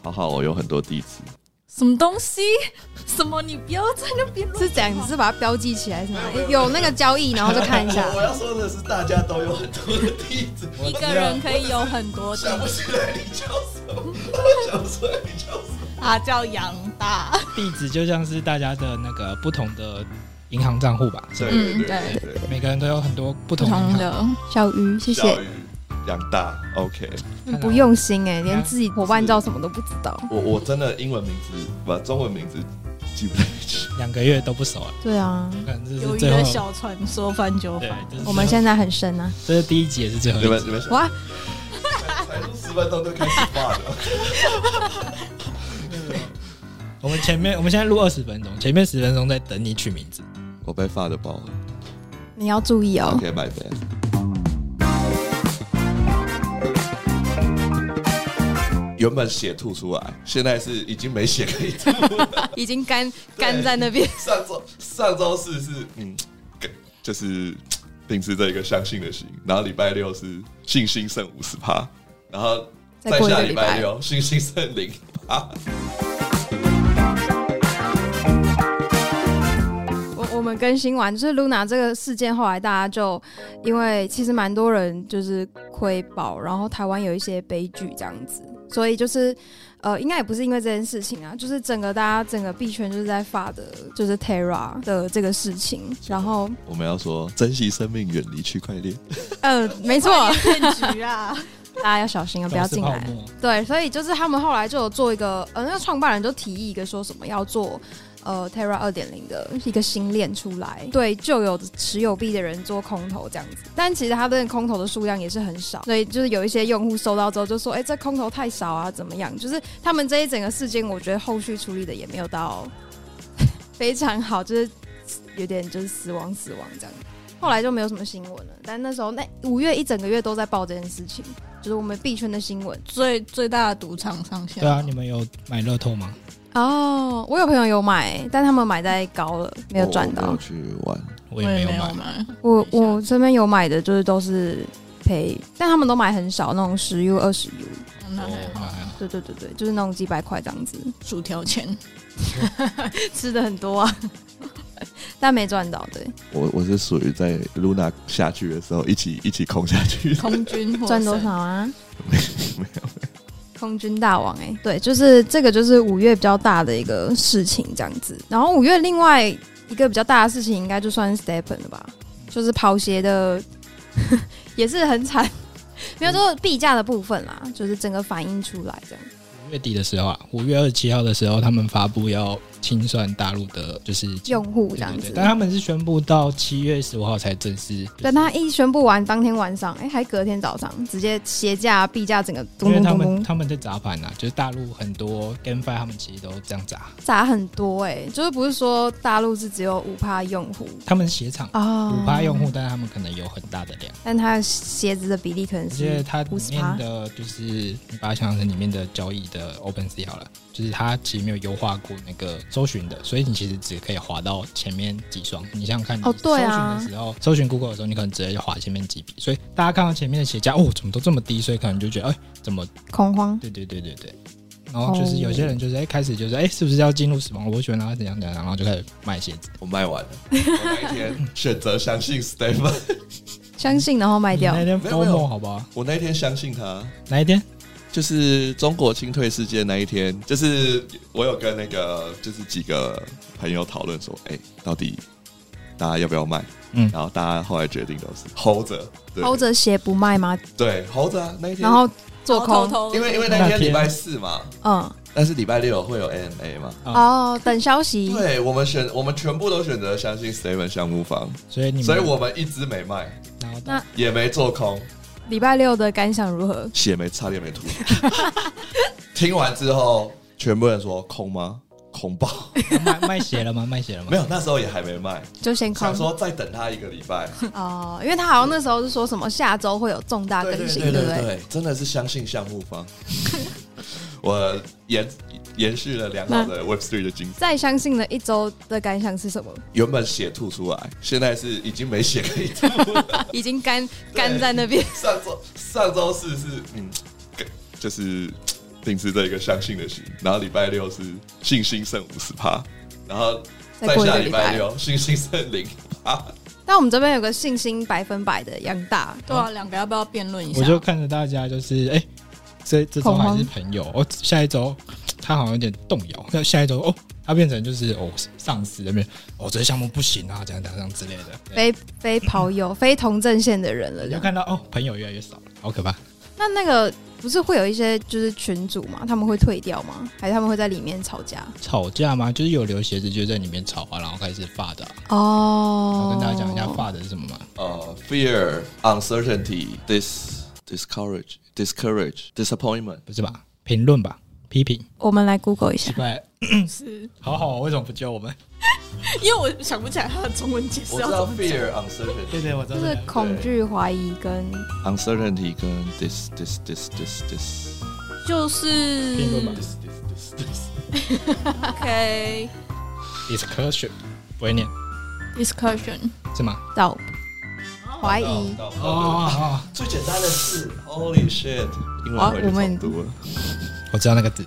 [SPEAKER 2] 好好我有很多地址，。
[SPEAKER 1] 什么东西？ 什么？你不要在那边乱
[SPEAKER 3] 是这样，你是把它标记起来是吗？有那个交易，然后就看一下
[SPEAKER 2] 哎要说的是，大家都有很多的地址，
[SPEAKER 1] 一个人可以有很多的，
[SPEAKER 2] 起来你叫什么，想不出来你叫什么。
[SPEAKER 1] 他叫杨大，
[SPEAKER 4] 地址就像是大家的那个不同的银行账户吧，是吧？
[SPEAKER 1] 嗯
[SPEAKER 2] 对
[SPEAKER 1] 对
[SPEAKER 2] 对对，
[SPEAKER 4] 每个人都有很多不
[SPEAKER 1] 不
[SPEAKER 4] 同的银
[SPEAKER 1] 同
[SPEAKER 4] 行
[SPEAKER 1] 的，
[SPEAKER 3] 小鱼，谢
[SPEAKER 2] 教
[SPEAKER 3] 谢。
[SPEAKER 2] 育养大，OK。
[SPEAKER 4] 看来
[SPEAKER 3] 不用心哎、连
[SPEAKER 4] 看
[SPEAKER 3] 自己伙伴叫什么都不知道。
[SPEAKER 2] 我我真的英文名字把中文名字记不太清。
[SPEAKER 4] 两个月都不熟了，
[SPEAKER 3] 对啊，
[SPEAKER 4] 可能这
[SPEAKER 1] 有
[SPEAKER 4] 是
[SPEAKER 1] 一
[SPEAKER 4] 最
[SPEAKER 1] 个
[SPEAKER 4] 后。
[SPEAKER 1] 小船说翻就
[SPEAKER 4] 对
[SPEAKER 1] 翻。，
[SPEAKER 4] 这是
[SPEAKER 3] 我们
[SPEAKER 4] 最后
[SPEAKER 3] 现在很深啊。
[SPEAKER 4] 这是第一集，也是最后一
[SPEAKER 2] 你
[SPEAKER 4] 集。
[SPEAKER 2] 们你们想
[SPEAKER 3] 哇，
[SPEAKER 2] 才录十分钟就开始骂了，
[SPEAKER 4] 我们前面我们现在录二十分钟，前面十分钟在等你取名字。
[SPEAKER 2] 我被发的包了
[SPEAKER 3] 你要注意哦。
[SPEAKER 2] ，OK，拜 拜。原本血吐出来，现在是已经没血可以吐了。
[SPEAKER 3] 已经干
[SPEAKER 2] 对
[SPEAKER 3] 干在那边。
[SPEAKER 2] 上周上周四是嗯，跟就是秉持着一个相信的心，然后礼拜六是信心剩五十趴，然后
[SPEAKER 3] 再
[SPEAKER 2] 再
[SPEAKER 3] 过一
[SPEAKER 2] 下
[SPEAKER 3] 个
[SPEAKER 2] 礼
[SPEAKER 3] 礼拜
[SPEAKER 2] 拜六信心剩零 趴。
[SPEAKER 3] 我我们更新完，就是 Luna 这个事件，后来大家就因为其实蛮多人就是亏爆，然后台湾有一些悲剧这样子，所以就是呃，应该也不是因为这件事情啊，就是整个大家整个币圈就是在发的，就是 Terra 的这个事情，然后
[SPEAKER 2] 我们要说珍惜生命，远离区块链。
[SPEAKER 3] 呃，没 错，
[SPEAKER 1] 骗局啊！
[SPEAKER 3] 大家要小心啊，不要进
[SPEAKER 4] 都是
[SPEAKER 3] 来
[SPEAKER 4] 泡。沫
[SPEAKER 3] 对，所以就是他们后来就有做一个，呃，那个创办人就提议一个说什么要做呃 Terra 二点零的一个新链出来，对就有持有币的人做空投这样子，但其实它的空投的数量也是很少，所以就是有一些用户收到之后就说，哎、这空投太少啊，怎么样？就是他们这一整个事件，我觉得后续处理的也没有到 非常好，就是有点就是死亡死亡这样。后来就没有什么新闻了，但那时候那五月一整个月都在报这件事情，就是我们币圈的新闻。
[SPEAKER 1] 最最大的赌场上线。
[SPEAKER 4] 对啊，你们有买乐透吗？
[SPEAKER 3] 哦，我有朋友有买，但他们买在高了，没有赚
[SPEAKER 2] 我没
[SPEAKER 3] 到
[SPEAKER 2] 有。去玩，
[SPEAKER 1] 我
[SPEAKER 4] 我也
[SPEAKER 1] 也
[SPEAKER 4] 没
[SPEAKER 1] 没
[SPEAKER 4] 买。
[SPEAKER 1] 买，
[SPEAKER 3] 我我身边有买的，就是都是赔，但他们都买很少，那种十 U、二十 U，
[SPEAKER 1] 嗯那还
[SPEAKER 4] 哦那
[SPEAKER 1] 好。
[SPEAKER 4] 还好
[SPEAKER 3] 对对对对，就是那种几百块这样子，
[SPEAKER 1] 薯条钱，
[SPEAKER 3] 吃的很多啊， 但没赚到，对，
[SPEAKER 2] 我我是属于在 Luna 下去的时候一起一起空下去的，
[SPEAKER 1] 空军获
[SPEAKER 3] 赚
[SPEAKER 1] 胜
[SPEAKER 3] 多少？啊？
[SPEAKER 2] 没有
[SPEAKER 3] 空军大王
[SPEAKER 4] 欸
[SPEAKER 3] 哎、对，就是这个就是五月比较大的一个事情这样子。然后五月另外一个比较大的事情，应该就算是 Stepen 了吧，就是跑鞋的 也是很惨，
[SPEAKER 4] 嗯
[SPEAKER 3] 没有就是币价的部分啦，就是整个反映出来这样。
[SPEAKER 4] 五月底的时候啊，五月二十七号的时候，他们发布要清算大陆的，就是
[SPEAKER 3] 用户
[SPEAKER 4] 对
[SPEAKER 3] 这样
[SPEAKER 4] 对
[SPEAKER 3] 子。
[SPEAKER 4] 对，但他们是宣布到七月十五号才正式。就是
[SPEAKER 3] 但他一宣布完，当天晚上，哎、还隔天早上，直接鞋价、币价整个
[SPEAKER 4] 因
[SPEAKER 3] 咚
[SPEAKER 4] 为
[SPEAKER 3] 咚
[SPEAKER 4] 他
[SPEAKER 3] 咚
[SPEAKER 4] 们
[SPEAKER 3] 咚
[SPEAKER 4] 他们在砸盘啊，就是大陆很多 GameFi 他们其实都这样砸，
[SPEAKER 3] 砸很多、哎，就是不是说大陆是只有五趴用户
[SPEAKER 4] 他们鞋厂
[SPEAKER 3] 啊，
[SPEAKER 4] 五趴用户，，但他们可能有很大的量，
[SPEAKER 3] 但它的鞋子的比例可能
[SPEAKER 4] 而且
[SPEAKER 3] 是
[SPEAKER 4] 它里面的就是你把它想象成里面的交易的 OpenSea 好了，就是它其实没有优化过那个搜寻的，所以你其实只可以滑到前面几双。你想想看，你
[SPEAKER 3] 哦
[SPEAKER 4] 搜
[SPEAKER 3] 对
[SPEAKER 4] 寻
[SPEAKER 3] 啊
[SPEAKER 4] 的时候，搜寻 Google 的时候，你可能直接就滑前面几笔，所以大家看到前面的鞋价哦，怎么都这么低，所以可能就觉得哎，怎么
[SPEAKER 3] 恐慌，
[SPEAKER 4] 对对对对对。然后
[SPEAKER 3] 哦
[SPEAKER 4] 就是有些人就是哎、开始就是哎、是不是要进入死亡螺旋啊怎样怎样，然后就开始卖鞋子，
[SPEAKER 2] 我卖完了，我那一天选择相信 Stephen，
[SPEAKER 3] 相信然后卖掉
[SPEAKER 4] 你那，天
[SPEAKER 2] 没有没有
[SPEAKER 4] FOMO 好不好？
[SPEAKER 2] 我那一天相信他，
[SPEAKER 4] 哪一天？
[SPEAKER 2] 就是中国清退事件那一天，就是我有跟那个就是几个朋友讨论说，哎、到底大家要不要卖？
[SPEAKER 4] 嗯
[SPEAKER 2] 然后大家后来决定都是 hold 着对
[SPEAKER 3] 偷着鞋不卖吗？
[SPEAKER 2] 对 hold 着啊那一天，
[SPEAKER 3] 然后做
[SPEAKER 1] 哦偷
[SPEAKER 3] 空，
[SPEAKER 1] 偷
[SPEAKER 2] 因为因为那
[SPEAKER 4] 那
[SPEAKER 2] 天
[SPEAKER 4] 天
[SPEAKER 2] 礼拜四嘛，
[SPEAKER 3] 嗯，
[SPEAKER 2] 但是礼拜六会有 AMA 嘛，
[SPEAKER 3] 哦，等消息，
[SPEAKER 2] 对我们选我们全部都选择相信 Steven 项目方，
[SPEAKER 4] 所以你们，
[SPEAKER 2] 所以我们一直没卖，
[SPEAKER 4] 然后
[SPEAKER 3] 那
[SPEAKER 2] 也没做空，
[SPEAKER 3] 礼拜六的感想如何？
[SPEAKER 2] 血没差点没吐。 听完之后，全部人说空吗？空爆，
[SPEAKER 4] 卖卖鞋了吗？卖鞋了吗？
[SPEAKER 2] 没有，那时候也还没卖。
[SPEAKER 3] 就先空
[SPEAKER 2] 想说再等他一个礼 拜，
[SPEAKER 3] 哦，因为他好像那时候是说什么下周会有重大更新，不对？
[SPEAKER 2] 对，真的是相信项目方。 我延延续了良好的 Web Three 的精神，
[SPEAKER 3] 再相信了一周的感想是什么？
[SPEAKER 2] 原本血吐出来，现在是已经没血可以吐。
[SPEAKER 3] 已经干干在 那边，
[SPEAKER 2] 上周上周四是嗯，跟就是秉持着一个相信的心，然后礼拜六是信心剩五十趴，然后
[SPEAKER 3] 再
[SPEAKER 2] 再
[SPEAKER 3] 过一
[SPEAKER 2] 下
[SPEAKER 3] 个
[SPEAKER 2] 礼
[SPEAKER 3] 礼
[SPEAKER 2] 拜
[SPEAKER 3] 拜。
[SPEAKER 2] 六信心剩零趴。
[SPEAKER 3] 但我们这边有个信心百分百的杨大，
[SPEAKER 1] 对啊，两个要不要辩论一下？
[SPEAKER 4] 我就看着大家就是哎、这这周
[SPEAKER 3] 恐慌
[SPEAKER 4] 还是朋友，哦，下一周他好像有点动摇，那下一周哦，他变成就是哦上司那边哦，这项目不行啊，这样这样这样之类的。对
[SPEAKER 3] 非非跑友、非同阵线的人了这
[SPEAKER 4] 你就
[SPEAKER 3] 样。
[SPEAKER 4] 看到哦，朋友越来越少了，好可怕。
[SPEAKER 3] 那那个不是会有一些就是群主嘛，他们会退掉吗？还是他们会在里面吵架？
[SPEAKER 4] 吵架吗？就是有留鞋子就在里面吵啊，然后开始发的啊、
[SPEAKER 3] 哦
[SPEAKER 4] 我跟大家讲一下发的是什么嘛。
[SPEAKER 2] 呃，fear, uncertainty, dis discourage, discourage, disappointment。
[SPEAKER 4] 不是吧？评论吧，批评。
[SPEAKER 3] 我们来 Google 一下
[SPEAKER 4] 奇。怪，
[SPEAKER 1] 是
[SPEAKER 4] 好好，为什么不救我们？
[SPEAKER 1] 因为我想不起来他的中文解释
[SPEAKER 2] 我
[SPEAKER 1] 要
[SPEAKER 2] 知
[SPEAKER 1] 怎
[SPEAKER 2] 道
[SPEAKER 1] 么讲。
[SPEAKER 2] fear, uncertainty,
[SPEAKER 4] 对对，我知
[SPEAKER 3] 就是恐惧、怀疑跟
[SPEAKER 2] uncertainty 跟 dis dis dis dis dis
[SPEAKER 1] 就是
[SPEAKER 4] 辩论吧
[SPEAKER 2] dis dis dis dis
[SPEAKER 1] OK
[SPEAKER 4] discussion 不会念
[SPEAKER 1] discussion
[SPEAKER 4] 是吗？
[SPEAKER 3] doubt 怀
[SPEAKER 1] 嗯
[SPEAKER 3] 疑。
[SPEAKER 2] 到
[SPEAKER 4] 哦哦，
[SPEAKER 2] 最简单的是 holy shit，英
[SPEAKER 1] 啊
[SPEAKER 3] 好
[SPEAKER 2] 文会
[SPEAKER 3] 我们
[SPEAKER 2] 重读啊了。
[SPEAKER 4] 我知道那个字。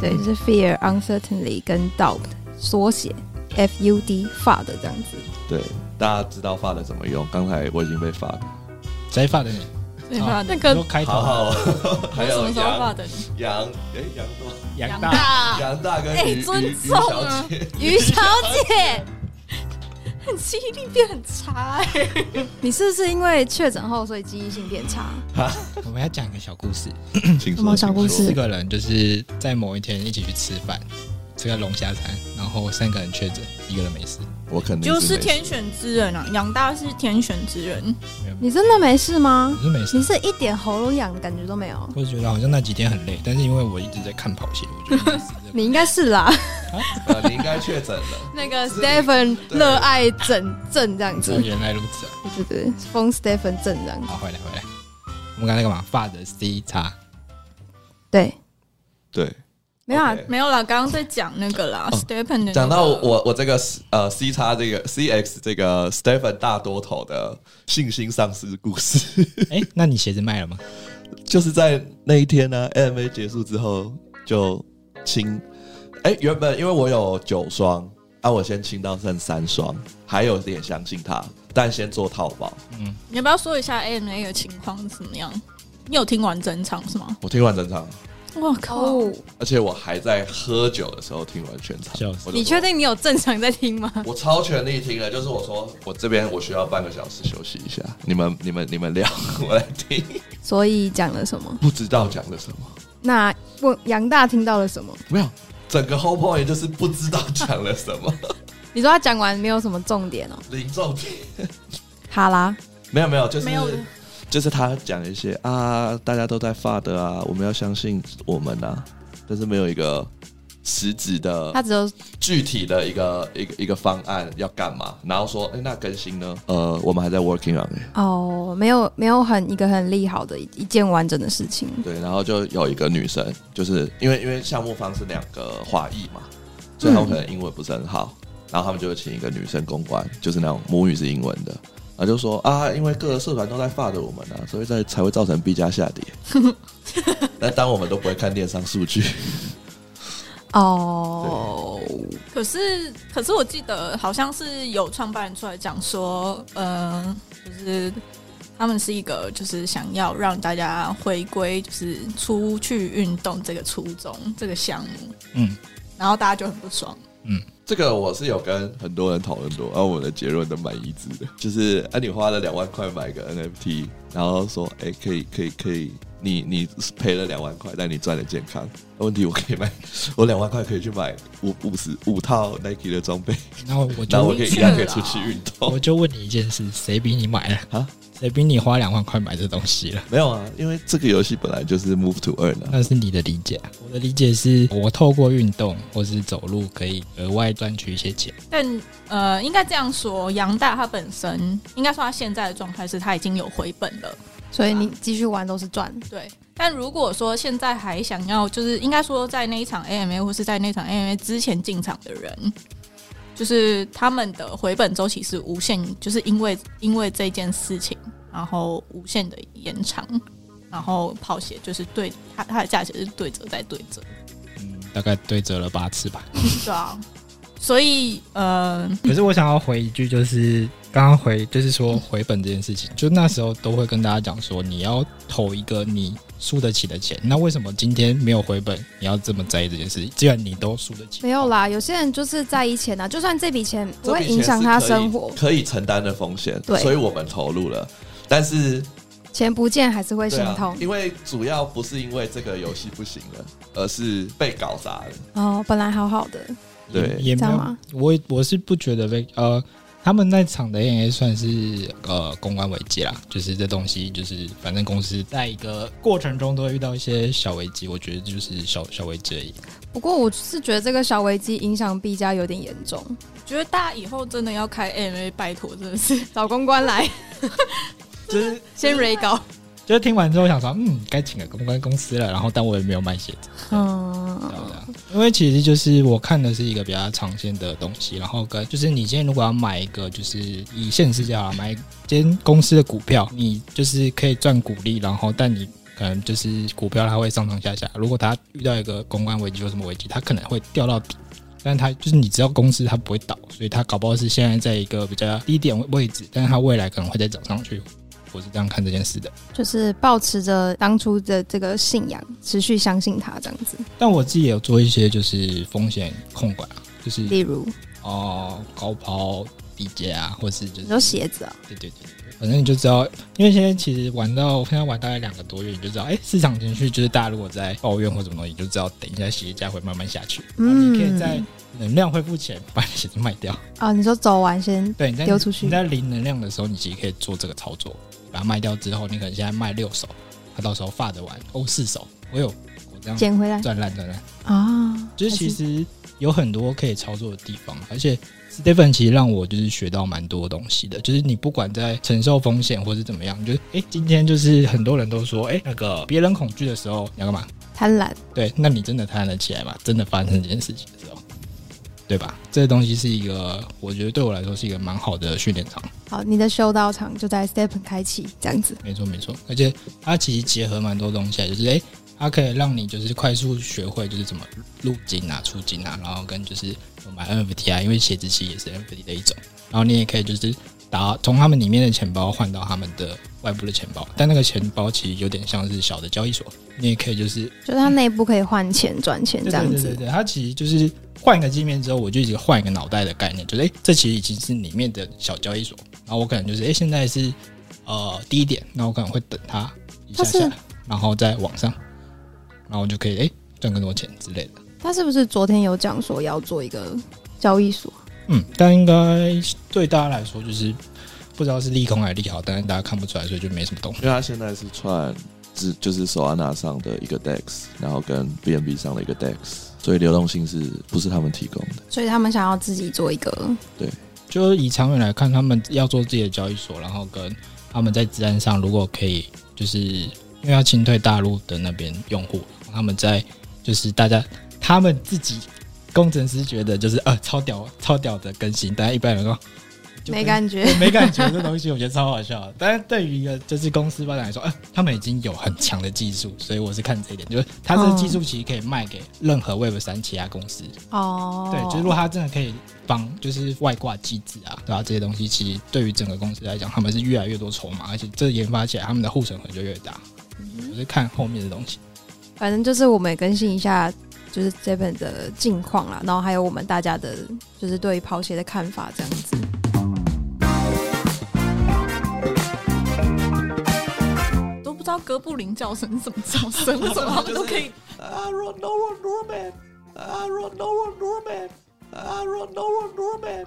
[SPEAKER 3] 对，就是 fear、uncertainty 跟 doubt 缩写 F U D 发的这样子。
[SPEAKER 2] 对，大家知道发的怎么用？刚才我已经被发了。
[SPEAKER 4] 谁发的你？
[SPEAKER 1] 对吧？那
[SPEAKER 4] 你
[SPEAKER 1] 个
[SPEAKER 4] 说开头
[SPEAKER 2] 好好，还
[SPEAKER 1] 我什
[SPEAKER 2] 有
[SPEAKER 1] 么时候发
[SPEAKER 2] 杨
[SPEAKER 1] 的？
[SPEAKER 2] 杨哎杨多
[SPEAKER 4] 杨大，
[SPEAKER 1] 大
[SPEAKER 2] 杨大跟
[SPEAKER 1] 哎
[SPEAKER 2] 于于
[SPEAKER 1] 尊
[SPEAKER 2] 于
[SPEAKER 1] 重
[SPEAKER 2] 小
[SPEAKER 1] 啊
[SPEAKER 2] 姐，
[SPEAKER 3] 于小 姐，
[SPEAKER 1] 很记忆力变很差哎、
[SPEAKER 3] 你是不是因为确诊后所以记忆性变差？
[SPEAKER 4] 我们要讲一个小故事。
[SPEAKER 2] 请
[SPEAKER 3] 什么小故事
[SPEAKER 4] 四个人就是在某一天一起去吃饭，这个龙虾餐，然后三个人确诊，一个人没事，
[SPEAKER 2] 我肯定
[SPEAKER 1] 就是
[SPEAKER 2] 没事
[SPEAKER 1] 天选之人啊，杨大是天选之人，
[SPEAKER 4] 没有，
[SPEAKER 3] 你真的没事吗
[SPEAKER 4] 我？是没事
[SPEAKER 3] 你。是一点喉咙痒的感觉都没有？
[SPEAKER 4] 我就觉得好像那几天很累，但是因为我一直在看跑鞋，我觉得应该是这个
[SPEAKER 3] 你应该是 啦，
[SPEAKER 2] 呃，你应该确诊了。
[SPEAKER 3] 那个 Stephen 热爱整正这样
[SPEAKER 4] 哦
[SPEAKER 3] 子，
[SPEAKER 4] 原来如此啊！
[SPEAKER 3] 对对对，封 Stephen 正这样子，
[SPEAKER 4] 好，回来回来，我们刚才干嘛？发的 C 叉，
[SPEAKER 3] 对，
[SPEAKER 2] 对，
[SPEAKER 3] 没有啊
[SPEAKER 2] OK
[SPEAKER 1] 没有啦，刚刚在讲那个啦、
[SPEAKER 2] 哦
[SPEAKER 1] s t e p h e n 的那个
[SPEAKER 2] 讲到我我这个呃 C 叉这个 C X 这个 Stephen 大多头的信心丧失故事，
[SPEAKER 4] 哎、那你鞋子卖了吗？
[SPEAKER 2] 就是在那一天呢、m a 结束之后就清，哎、原本因为我有九双，啊，我先清到剩三双，还有点相信他，但先做套保。
[SPEAKER 1] 你要不要说一下 AMA 的情况是怎么样？你有听完整场是吗？
[SPEAKER 2] 我听完整场，
[SPEAKER 1] 我靠！
[SPEAKER 3] 哦，
[SPEAKER 2] 而且我还在喝酒的时候听完全场
[SPEAKER 4] 笑死。
[SPEAKER 2] 我就
[SPEAKER 3] 你
[SPEAKER 2] 说
[SPEAKER 3] 确定你有正常在听吗？
[SPEAKER 2] 我超全力听了，就是我说我这边我需要半个小时休息一下，你们你们你们聊， 我来听。
[SPEAKER 3] 所以讲了什么？
[SPEAKER 2] 不知道讲了什么，
[SPEAKER 3] 那问杨大听到了什么？
[SPEAKER 2] 没有，整个 whole point 就是不知道讲了什么，
[SPEAKER 3] 你说他讲完没有什么重点哦？
[SPEAKER 2] 零重点。
[SPEAKER 3] 哈啦，
[SPEAKER 2] 没有没有，就是
[SPEAKER 1] 没有
[SPEAKER 2] 就是他讲一些啊，大家都在发的啊，我们要相信我们啊，但是没有一个实质的
[SPEAKER 3] 他只有
[SPEAKER 2] 具体的一个一个一个方案要干嘛，然后说，哎、那更新呢？呃，我们还在 working on it。
[SPEAKER 3] 哦，没有没有很一个很利好的一一件完整的事情。
[SPEAKER 2] 对，然后就有一个女生，就是因为因为项目方是两个华裔嘛，所以他们可能英文不是很好，然后他们就会请一个女生公关，就是那种母语是英文的，然后就说啊，因为各个社团都在发着我们啊，所以在才会造成币价下跌。但当我们都不会看电商数据，
[SPEAKER 3] 哦，
[SPEAKER 1] 可是，可是我记得好像是有创办人出来讲说，呃，就是他们是一个就是想要让大家回归就是出去运动这个初衷这个项目，
[SPEAKER 4] 嗯，
[SPEAKER 1] 然后大家就很不爽。
[SPEAKER 2] 这个我是有跟很多人讨论过，然后我的结论都蛮一致的，就是啊，你花了两万块买个 NFT，然后说，哎、可以，可以，可以，你你赔了两万块，但你赚了健康。问题我可以 买，我两万块可以去买五五十五套 Nike 的装备，
[SPEAKER 4] 然后我
[SPEAKER 2] 然后我
[SPEAKER 4] 就
[SPEAKER 2] 可以一样可以出去运
[SPEAKER 4] 我
[SPEAKER 2] 动。
[SPEAKER 4] 就问你一件事，谁比你买了
[SPEAKER 2] 啊？
[SPEAKER 4] 谁比你花两万块买这东西了？
[SPEAKER 2] 没有啊，因为这个游戏本来就是 Move to Earn 啊，
[SPEAKER 4] 那是你的理解啊、我的理解是我透过运动或是走路可以额外赚取一些钱。
[SPEAKER 1] 但呃，应该这样说，杨大他本身应该说他现在的状态是他已经有回本了，
[SPEAKER 3] 所以你继续玩都是赚。
[SPEAKER 1] 对。但如果说现在还想要，就是应该说在那一场 AMA 或是在那场 AMA 之前进场的人，就是他们的回本周期是无限，就是因为因为这件事情，然后无限的延长，然后跑鞋就是对它它的价钱是对折再对折，
[SPEAKER 4] 嗯，大概对折了八次吧。
[SPEAKER 1] 对啊。所以呃，
[SPEAKER 4] 可是我想要回一句，就是刚刚回，就是说回本这件事情，就那时候都会跟大家讲说，你要投一个你输得起的钱。那为什么今天没有回本，你要这么在意这件事情？既然你都输得起，
[SPEAKER 3] 没有啦，有些人就是在意钱啊，就算这笔钱不
[SPEAKER 2] 这
[SPEAKER 3] 会
[SPEAKER 2] 笔钱
[SPEAKER 3] 影响
[SPEAKER 2] 是
[SPEAKER 3] 他
[SPEAKER 2] 可以
[SPEAKER 3] 生活，
[SPEAKER 2] 可以承担的风险，
[SPEAKER 3] 对
[SPEAKER 2] 所以我们投入了，但是
[SPEAKER 3] 钱不见还是会心
[SPEAKER 2] 对啊
[SPEAKER 3] 痛。
[SPEAKER 2] 因为主要不是因为这个游戏不行了，而是被搞砸了。
[SPEAKER 3] 哦，本来好好的，
[SPEAKER 2] 对
[SPEAKER 4] 也也
[SPEAKER 3] 知
[SPEAKER 4] 没
[SPEAKER 3] 道
[SPEAKER 4] 有
[SPEAKER 3] 吗，
[SPEAKER 4] 我我是不觉得被呃，他们那场的 N A 算是呃公关危机啦，就是这东西就是反正公司在一个过程中都会遇到一些小危机，我觉得就是小小危机而已。
[SPEAKER 3] 不过我是觉得这个小危机影响 B 家有点严重，
[SPEAKER 1] 觉得大家以后真的要开 AMA，拜托，真的是
[SPEAKER 3] 找公关来
[SPEAKER 4] 就是
[SPEAKER 3] 先 re 稿。
[SPEAKER 4] 就是听完之后想说，嗯，该请个公关公司了，然后但我也没有卖鞋子，
[SPEAKER 3] 嗯
[SPEAKER 4] 对，啊因为其实就是我看的是一个比较常见的东西，然后跟就是你今天如果要买一个，就是以现实价好了买一间公司的股票，你就是可以赚股利，然后但你。可能就是股票它会上上下下，如果它遇到一个公关危机或什么危机，它可能会掉到底，但它就是你只要公司它不会倒，所以它搞不好是现在在一个比较低点位置，但是它未来可能会再涨上去，我是这样看这件事的。
[SPEAKER 3] 就是保持着当初的这个信仰，持续相信他这样子。
[SPEAKER 4] 但我自己也有做一些就是风险控管啊，就是
[SPEAKER 3] 例如，
[SPEAKER 4] 哦、高抛低阶啊，或是就是
[SPEAKER 3] 你说鞋子啊、
[SPEAKER 4] 对对对对，反正你就知道，因为现在其实玩到我现在玩大概两个多月，你就知道，哎、市场情绪就是大家如果在抱怨或什么东西，你就知道等一下鞋价会慢慢下去，
[SPEAKER 3] 嗯
[SPEAKER 4] 你可以在能量恢复前把你的鞋子卖掉。
[SPEAKER 3] 啊，你说走完先，
[SPEAKER 4] 对，你在
[SPEAKER 3] 丢出去
[SPEAKER 4] 你在零能量的时候，你其实可以做这个操作，把它卖掉之后，你可能现在卖六手，它到时候发的完哦四手，我有我这样
[SPEAKER 3] 捡回来
[SPEAKER 4] 赚烂赚烂。
[SPEAKER 3] 啊，
[SPEAKER 4] 就是其实有很多可以操作的地方，而且 Stephen 其实让我就是学到蛮多东西的，就是你不管在承受风险或是怎么样，你就是哎、诶今天就是很多人都说，哎、那个别人恐惧的时候你要干嘛？
[SPEAKER 3] 贪婪，
[SPEAKER 4] 对，那你真的摊得起来吗？真的发生这件事情的时候，对吧？这个东西是一个，我觉得对我来说是一个蛮好的训练场。
[SPEAKER 3] 好，你的修道场就在 Step 开启这样子，
[SPEAKER 4] 没错没错，而且它其实结合蛮多东西啊，就是诶，它可以让你就是快速学会就是怎么入金啊、出金啊，然后跟就是买 NFT 啊，因为鞋子其实也是 NFT 的一种，然后你也可以就是打从他们里面的钱包换到他们的外部的钱包，但那个钱包其实有点像是小的交易所，你也可以就是
[SPEAKER 3] 就是它内部可以换钱赚钱这
[SPEAKER 4] 对
[SPEAKER 3] 样
[SPEAKER 4] 对对对
[SPEAKER 3] 子，
[SPEAKER 4] 对，它其实就是换一个界面之后，我就一直换一个脑袋的概念，就是哎、诶这其实已经是里面的小交易所，然后我可能就是哎、诶现在是呃低点，那我可能会等它一下
[SPEAKER 3] 它
[SPEAKER 4] 下
[SPEAKER 3] 是，
[SPEAKER 4] 然后再往上，然后我就可以哎赚、更多钱之类的。
[SPEAKER 3] 他是不是昨天有讲说要做一个交易所？
[SPEAKER 4] 嗯，但应该对大家来说就是不知道是利空还是利好，但是大家看不出来，所以就没什么动。
[SPEAKER 2] 因为它现在是串只就是手安娜上的一个 DEX，然后跟 BNB 上的一个 DEX，所以流动性是不是他们提供的？
[SPEAKER 3] 所以他们想要自己做一个，
[SPEAKER 4] 就是以长远来看，他们要做自己的交易所，然后跟他们在治安上如果可以，就是因为要清退大陆的那边用户，他们在就是大家他们自己工程师觉得就是呃超屌超屌的更新，但一般 人说就
[SPEAKER 3] 没
[SPEAKER 4] 跟
[SPEAKER 3] 感觉，
[SPEAKER 4] 没感觉这东西，我觉得超好笑 的。但是对于一个就是公司发展来说，啊，他们已经有很强的技术，所以我是看这一点，就是它这个技术其实可以卖给任何 Web 三其他公司。
[SPEAKER 3] 哦，
[SPEAKER 4] 对，就是如果它真的可以帮，就是外挂机制啊，对吧、这些东西其实对于整个公司来讲，他们是越来越多筹码，而且这研发起来，他们的护城河就越大。
[SPEAKER 3] 嗯
[SPEAKER 4] 我是看后面的东西。
[SPEAKER 3] 反正就是我们也更新一下，就是这本的近况啦，然后还有我们大家的，就是对于跑鞋的看法这样子。
[SPEAKER 1] 都不知道哥布林叫声是什么叫声，为 什么他们都可以？
[SPEAKER 2] I run no one Norman. I run no one Norman. I run no one Norman.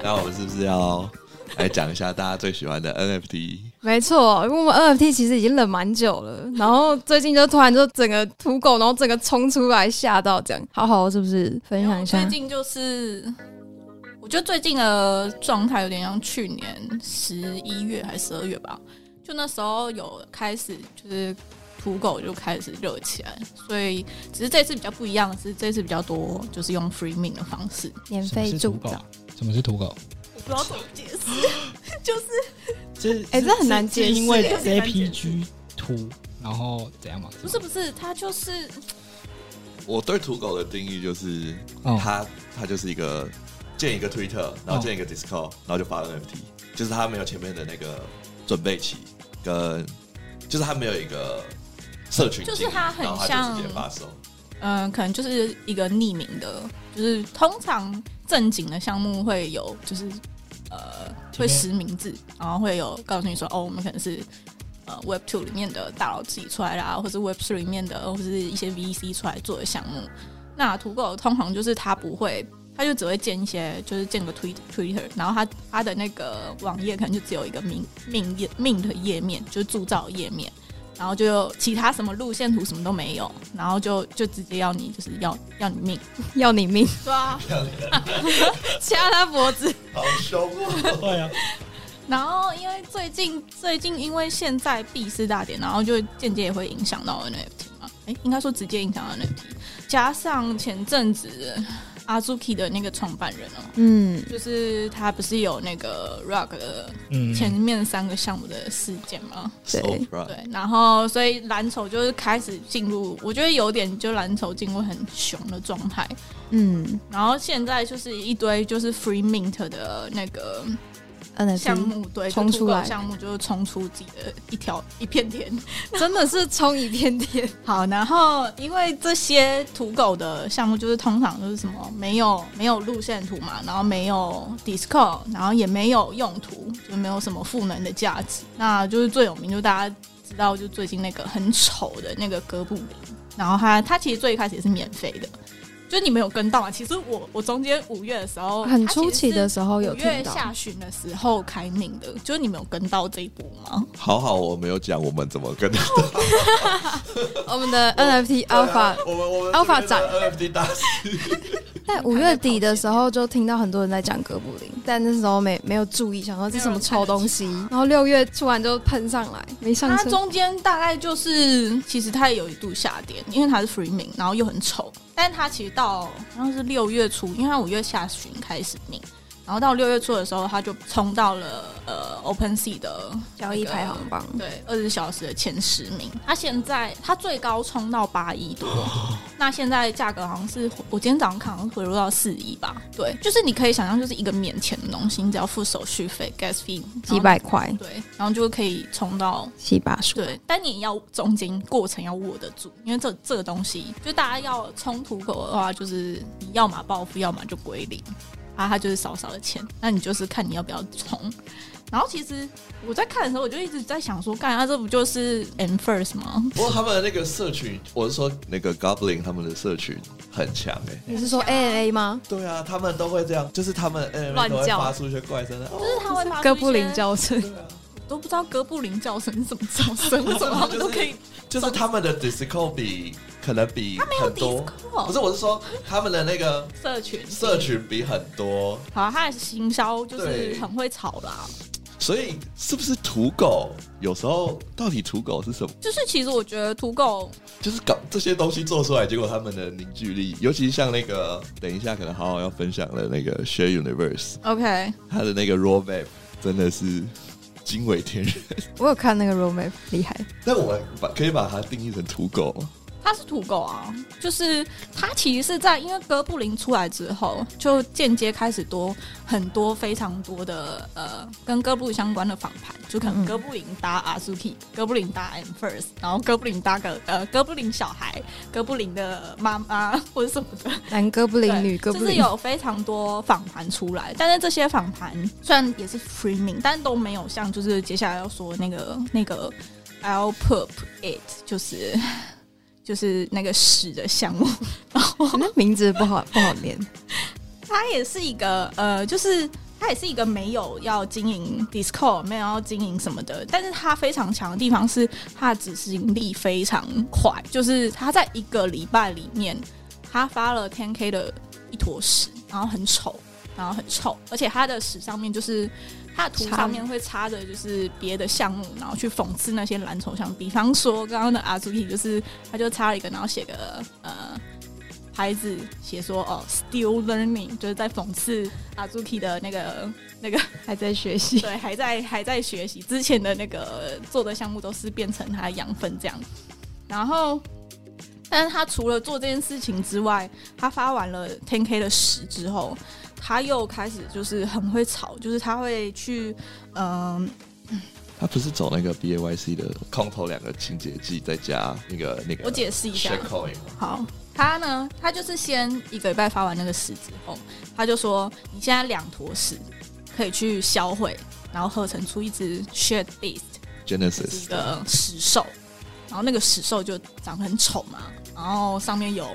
[SPEAKER 2] 那我们是不是要来讲一下大家最喜欢的 NFT？
[SPEAKER 3] 没错，因为我们 NFT 其实已经冷蛮久了，然后最近就突然就整个土狗，然后整个冲出来吓到这样。好好，是不是分享一
[SPEAKER 1] 最
[SPEAKER 3] 下？
[SPEAKER 1] 近就是，我觉得最近的状态有点像去年十一月还是十二月吧，就那时候有开始就是土狗就开始热起来，所以只是这次比较不一样，是这次比较多就是用 free min 的方式，
[SPEAKER 3] 免
[SPEAKER 4] 什么
[SPEAKER 3] 费
[SPEAKER 4] 是
[SPEAKER 3] 助
[SPEAKER 4] 土狗
[SPEAKER 3] 长，？
[SPEAKER 4] 什么是土狗？
[SPEAKER 1] 我不知道怎么解释，就是
[SPEAKER 4] 这
[SPEAKER 3] 哎这很难
[SPEAKER 4] 是
[SPEAKER 3] 解释
[SPEAKER 4] 是因为
[SPEAKER 1] 哎这很难解释
[SPEAKER 4] JPG 图，然后怎样嘛？
[SPEAKER 1] 不是不是，它就是
[SPEAKER 2] 我对土狗的定义就是，
[SPEAKER 4] 哦
[SPEAKER 2] 它它就是一个建一个 Twitter，然后建一个 Discord，然后就发 NFT，就是它没有前面的那个准备期，跟就是它没有一个社群经营，
[SPEAKER 1] 就是它很
[SPEAKER 2] 然后它就直接发售。
[SPEAKER 1] 嗯、可能就是一个匿名的，就是通常正经的项目会有，就是呃
[SPEAKER 4] 前面
[SPEAKER 1] 会实名制，然后会有告诉你说，哦，我们可能是呃 Web Two 里面的大佬自己出来啦，或是 Web Three 里面的，或是一些 VC 出来做的项目。那土狗通常就是它不会，它就只会建一些，就是建个 Twitter Twitter，然后它它的那个网页可能就只有一个命命页命的页面，就是铸造页面。然后就其他什么路线图什么都没有，然后就就直接要你就是要要你命，
[SPEAKER 3] 要你命，
[SPEAKER 1] 对啊，
[SPEAKER 3] 掐他脖子。
[SPEAKER 2] 好凶哦！
[SPEAKER 4] 对啊，
[SPEAKER 1] 然后因为最近最近因为现在币市大跌，然后就间接也会影响到 NFT 嘛，哎，应该说直接影响到 NFT，加上前阵子阿 z u k i 的那个创办人哦，
[SPEAKER 3] 嗯，
[SPEAKER 1] 就是他不是有那个 Rug 的
[SPEAKER 4] 嗯，
[SPEAKER 1] 前面三个项目的事件吗？
[SPEAKER 3] 对
[SPEAKER 2] So proud
[SPEAKER 1] 对，然后所以蓝筹就是开始进入，我觉得有点就蓝筹进入很熊的状态，
[SPEAKER 3] 嗯
[SPEAKER 1] 然后现在就是一堆就是 free mint 的那个项
[SPEAKER 3] NFT，
[SPEAKER 1] 目对
[SPEAKER 3] 嗯冲出来
[SPEAKER 1] 就土狗项目就是冲出自己的一条一片天。
[SPEAKER 3] 真的是冲一片天。
[SPEAKER 1] 好，然后因为这些土狗的项目就是通常就是什么没有没有路线图嘛，然后没有 Discord，然后也没有用途，就没有什么赋能的价值。那就是最有名，就大家知道，就最近那个很丑的那个哥布林，然后它它其实最一开始也是免费的，就你们有跟到吗？其实我我中间五月的时候
[SPEAKER 3] 很
[SPEAKER 1] 它其
[SPEAKER 3] 初
[SPEAKER 1] 实
[SPEAKER 3] 期的
[SPEAKER 1] 是
[SPEAKER 3] 时候有
[SPEAKER 1] 五月
[SPEAKER 3] 听到，
[SPEAKER 1] 下旬的时候开命的，就是你们有跟到这一波吗？
[SPEAKER 2] 好好，我没有讲我们怎么跟
[SPEAKER 3] 我们的 NFT Alpha
[SPEAKER 2] 我们我们
[SPEAKER 3] Alpha 展
[SPEAKER 2] NFT 大师
[SPEAKER 3] 在五月底的时候就听到很多人在讲哥布林，但那时候没没有注意，想说这什么臭东 西。然后六月突然就喷上来，没上
[SPEAKER 1] 它
[SPEAKER 3] 车。
[SPEAKER 1] 中间大概就是，其实它也有一度下跌，因为它是 free min，然后又很丑，但它其实到好像是六月初，因为它五月下旬开始命，然后到六月初的时候，它就冲到了呃 Open Sea 的
[SPEAKER 3] 交易排行榜，
[SPEAKER 1] 对二十小时的前十名。它现在它最高冲到八亿 多，那现在价格好像是我今天早上看好像回落到四亿吧。对，就是你可以想象，就是一个免钱的东西，你只要付手续费 gas fee
[SPEAKER 3] 几，百块，
[SPEAKER 1] 然后对，然后就可以冲到
[SPEAKER 3] 七八十。
[SPEAKER 1] 对，但你也要中间过程要握得住，因为这这个东西，就大家要冲突口的话，就是你要么报复，要么就归零啊，它就是少少的钱，那你就是看你要不要冲。然后其实我在看的时候，我就一直在想说，干，啊它、这不就是 M first 吗？
[SPEAKER 2] 不过他们的那个社群，我是说那个 Goblin 他们的社群很强哎、
[SPEAKER 3] 你是说 A A 吗？
[SPEAKER 2] 对啊，他们都会这样，就是他们 N
[SPEAKER 3] 乱
[SPEAKER 2] 都会
[SPEAKER 3] 叫
[SPEAKER 2] 发出一些怪声的。哦
[SPEAKER 1] 就是它会发出一些
[SPEAKER 3] 哥布林，叫声，
[SPEAKER 1] 我都不知道哥布林叫声是什么叫声， 为什么他们都可以？
[SPEAKER 2] 就是他们的 Discord 比可能比很多，
[SPEAKER 1] Discord
[SPEAKER 2] 不是，我是说他们的那个
[SPEAKER 1] 社 群，
[SPEAKER 2] 社群比很多，
[SPEAKER 1] 好啊，它的行销就是
[SPEAKER 2] 对
[SPEAKER 1] 很会炒啦。
[SPEAKER 2] 所以是不是土狗有时候到底土狗是什么？
[SPEAKER 1] 就是其实我觉得土狗
[SPEAKER 2] 就是搞这些东西做出来，结果他们的凝聚力，尤其像那个等一下可能好好要分享的那个 Share Universe，
[SPEAKER 1] OK，
[SPEAKER 2] 他的那个 roadmap 真的是惊为 天人。
[SPEAKER 3] 我有看那个 roadmap，厉害。
[SPEAKER 2] 但我们把可以把它定义成土狗吗？
[SPEAKER 1] 它是土狗啊，就是它其实是在因为哥布林出来之后，就间接开始多很多非常多的呃跟哥布林相关的仿牌，就可能
[SPEAKER 3] 嗯
[SPEAKER 1] 哥布林搭 Azuki，、哥布林搭 M First，然后哥布林搭个呃哥布林小孩、哥布林的妈妈或者什么的，
[SPEAKER 3] 男哥布
[SPEAKER 1] 对
[SPEAKER 3] 林，女哥布
[SPEAKER 1] 就是
[SPEAKER 3] 林，
[SPEAKER 1] 有非常多仿盘出来，但是这些仿盘虽然也是 freeing，但都没有像就是接下来要说那个那个 L Pop It，就是 就是那个屎的项目，
[SPEAKER 3] 那名字不好不好念。
[SPEAKER 1] 它也是一个呃，就是它也是一个没有要经营 Discord，没有要经营什么的，但是它非常强的地方是它的执行力非常快，就是它在一个礼拜里面，它发了天 K 的一坨屎，然后很丑，然后很臭，而且它的屎上面就是。它的图
[SPEAKER 3] 插
[SPEAKER 1] 上面会插着就是别的项目，然后去讽刺那些蓝筹项目。比方说刚刚的阿朱 k 就是他就插了一个，然后写个呃牌子写说哦，still learning，就是在讽刺 Azuki 的那个那个，
[SPEAKER 3] 还在 学 习，
[SPEAKER 1] 对，还在还在学习之前的那个做的项目都是变成他的养分这样。然后，但是他除了做这件事情之外，他发完了 Ten K 的十之后，他又开始就是很会炒，就是他会去嗯、
[SPEAKER 2] 他不是走那个 B A Y C 的空头两个清洁剂，再加那个那个。
[SPEAKER 1] 我解释一下
[SPEAKER 2] shit coin 吗？
[SPEAKER 1] 好，他呢，他就是先一个礼拜发完那个屎之后，他就说你现在两坨屎可以去销毁，然后合成出一只 shit beast，就是一
[SPEAKER 2] Genesis
[SPEAKER 1] 个石兽，然后那个石兽就长得很丑嘛，然后上面有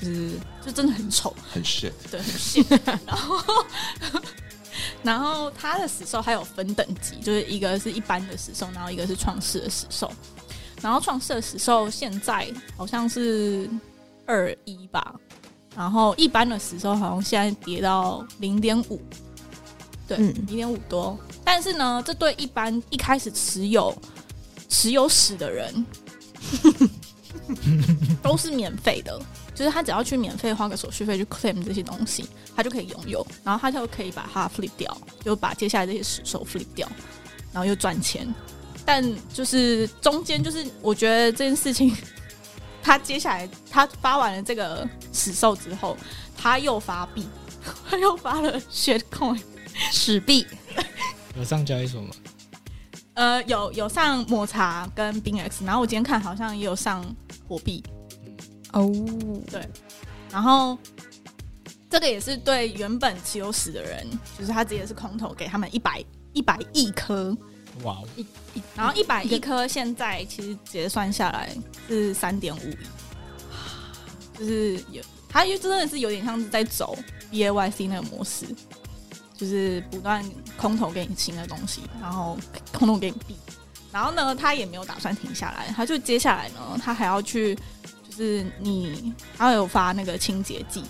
[SPEAKER 1] 就是就真的很丑，
[SPEAKER 2] 很 shit，
[SPEAKER 1] 对，很细然后，然后它的死兽还有分等级，就是一个是一般的死兽，然后一个是创世的死兽。然后创世的死兽现在好像是二一吧，然后一般的死兽好像现在跌到零点五，对，
[SPEAKER 3] 嗯
[SPEAKER 1] 零点五多。但是呢，这对一般一开始持有持有史的人都是免费的，就是他只要去免费花个手续费去 claim 这些东西，他就可以拥有，然后他就可以把它 flip 掉，就把接下来这些石手 flip 掉，然后又赚钱。但就是中间，就是我觉得这件事情，他接下来他发完了这个石兽之后， 他又发币，他又发了 shit coin，
[SPEAKER 3] 史币
[SPEAKER 4] 有上交易所吗？
[SPEAKER 1] 呃，有有上抹茶跟冰 X，然后我今天看好像也有上火币，
[SPEAKER 3] 哦，
[SPEAKER 1] 然后这个也是对原本持有死的人，就是他直接是空投给他们一百一百亿颗，
[SPEAKER 4] 哇哦，
[SPEAKER 1] 然后一百亿颗现在其实结算下来是三点五亿，就是有它就真的是有点像是在走 B A Y C 那个模式，就是不断空投给你新的东西，然后空投给你币，然后呢，他也没有打算停下来，他就接下来呢，他还要去就是你他有发那个清洁剂，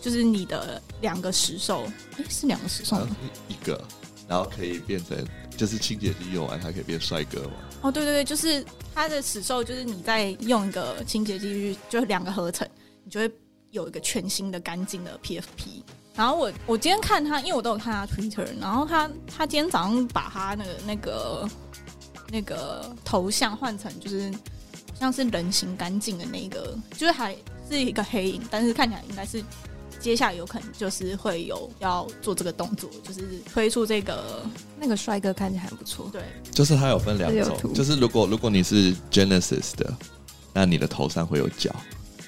[SPEAKER 1] 就是你的两个石兽，诶，是两个石兽
[SPEAKER 2] 算
[SPEAKER 1] 吗
[SPEAKER 2] 是？一个，然后可以变成就是清洁剂用完，啊它可以变帅哥嘛？
[SPEAKER 1] 哦，对对对，就是它的齿兽，就是你在用一个清洁剂去，就是两个合成，你就会有一个全新的干净的 PFP。然后我我今天看他，因为我都有看他 Twitter，然后他他今天早上把他那个那个那个头像换成就是好像是人形干净的那一个，就是还是一个黑影，但是看起来应该是接下来有可能就是会有要做这个动作，就是推出这个
[SPEAKER 3] 那个帅哥看起来很不错，
[SPEAKER 1] 对
[SPEAKER 2] 就是它有分两
[SPEAKER 3] 这有
[SPEAKER 2] 种，
[SPEAKER 3] 图
[SPEAKER 2] 就是如果如果你是 Genesis 的，那你的头上会有角；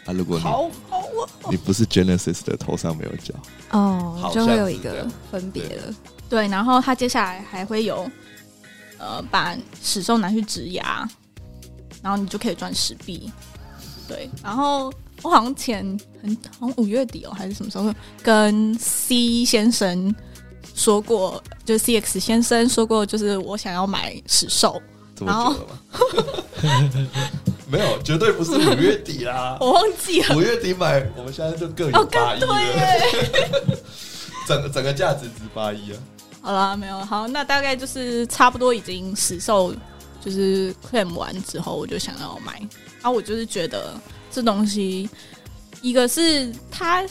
[SPEAKER 2] 啊，如果
[SPEAKER 1] 好好哦。
[SPEAKER 2] 你你不是 Genesis 的，头上没有角。
[SPEAKER 3] 哦
[SPEAKER 2] 好，
[SPEAKER 3] 就会有
[SPEAKER 2] 像是
[SPEAKER 3] 一
[SPEAKER 2] 这
[SPEAKER 3] 个
[SPEAKER 2] 样
[SPEAKER 3] 分别了。
[SPEAKER 1] 对，然后他接下来还会有，呃，把史兽拿去植牙，然后你就可以赚石币。对，然后我好像前很好像五月底哦，还是什么时候跟 C 先生说过，就是 CX 先生说过，就是我想要买史兽，
[SPEAKER 2] 这么久了吗？ 没有，绝对不是五月底 啦。
[SPEAKER 1] 我忘记了。
[SPEAKER 2] 五月底买，我们现在就更有
[SPEAKER 1] 哦，更
[SPEAKER 2] 八亿
[SPEAKER 1] 对
[SPEAKER 2] 了，
[SPEAKER 1] 耶！
[SPEAKER 2] 整个整个价值值八亿啊！
[SPEAKER 1] 好啦，没有好，那大概就是差不多已经死售，就是 claim 完之后，我就想要买。啊，我就是觉得这东西，一个是他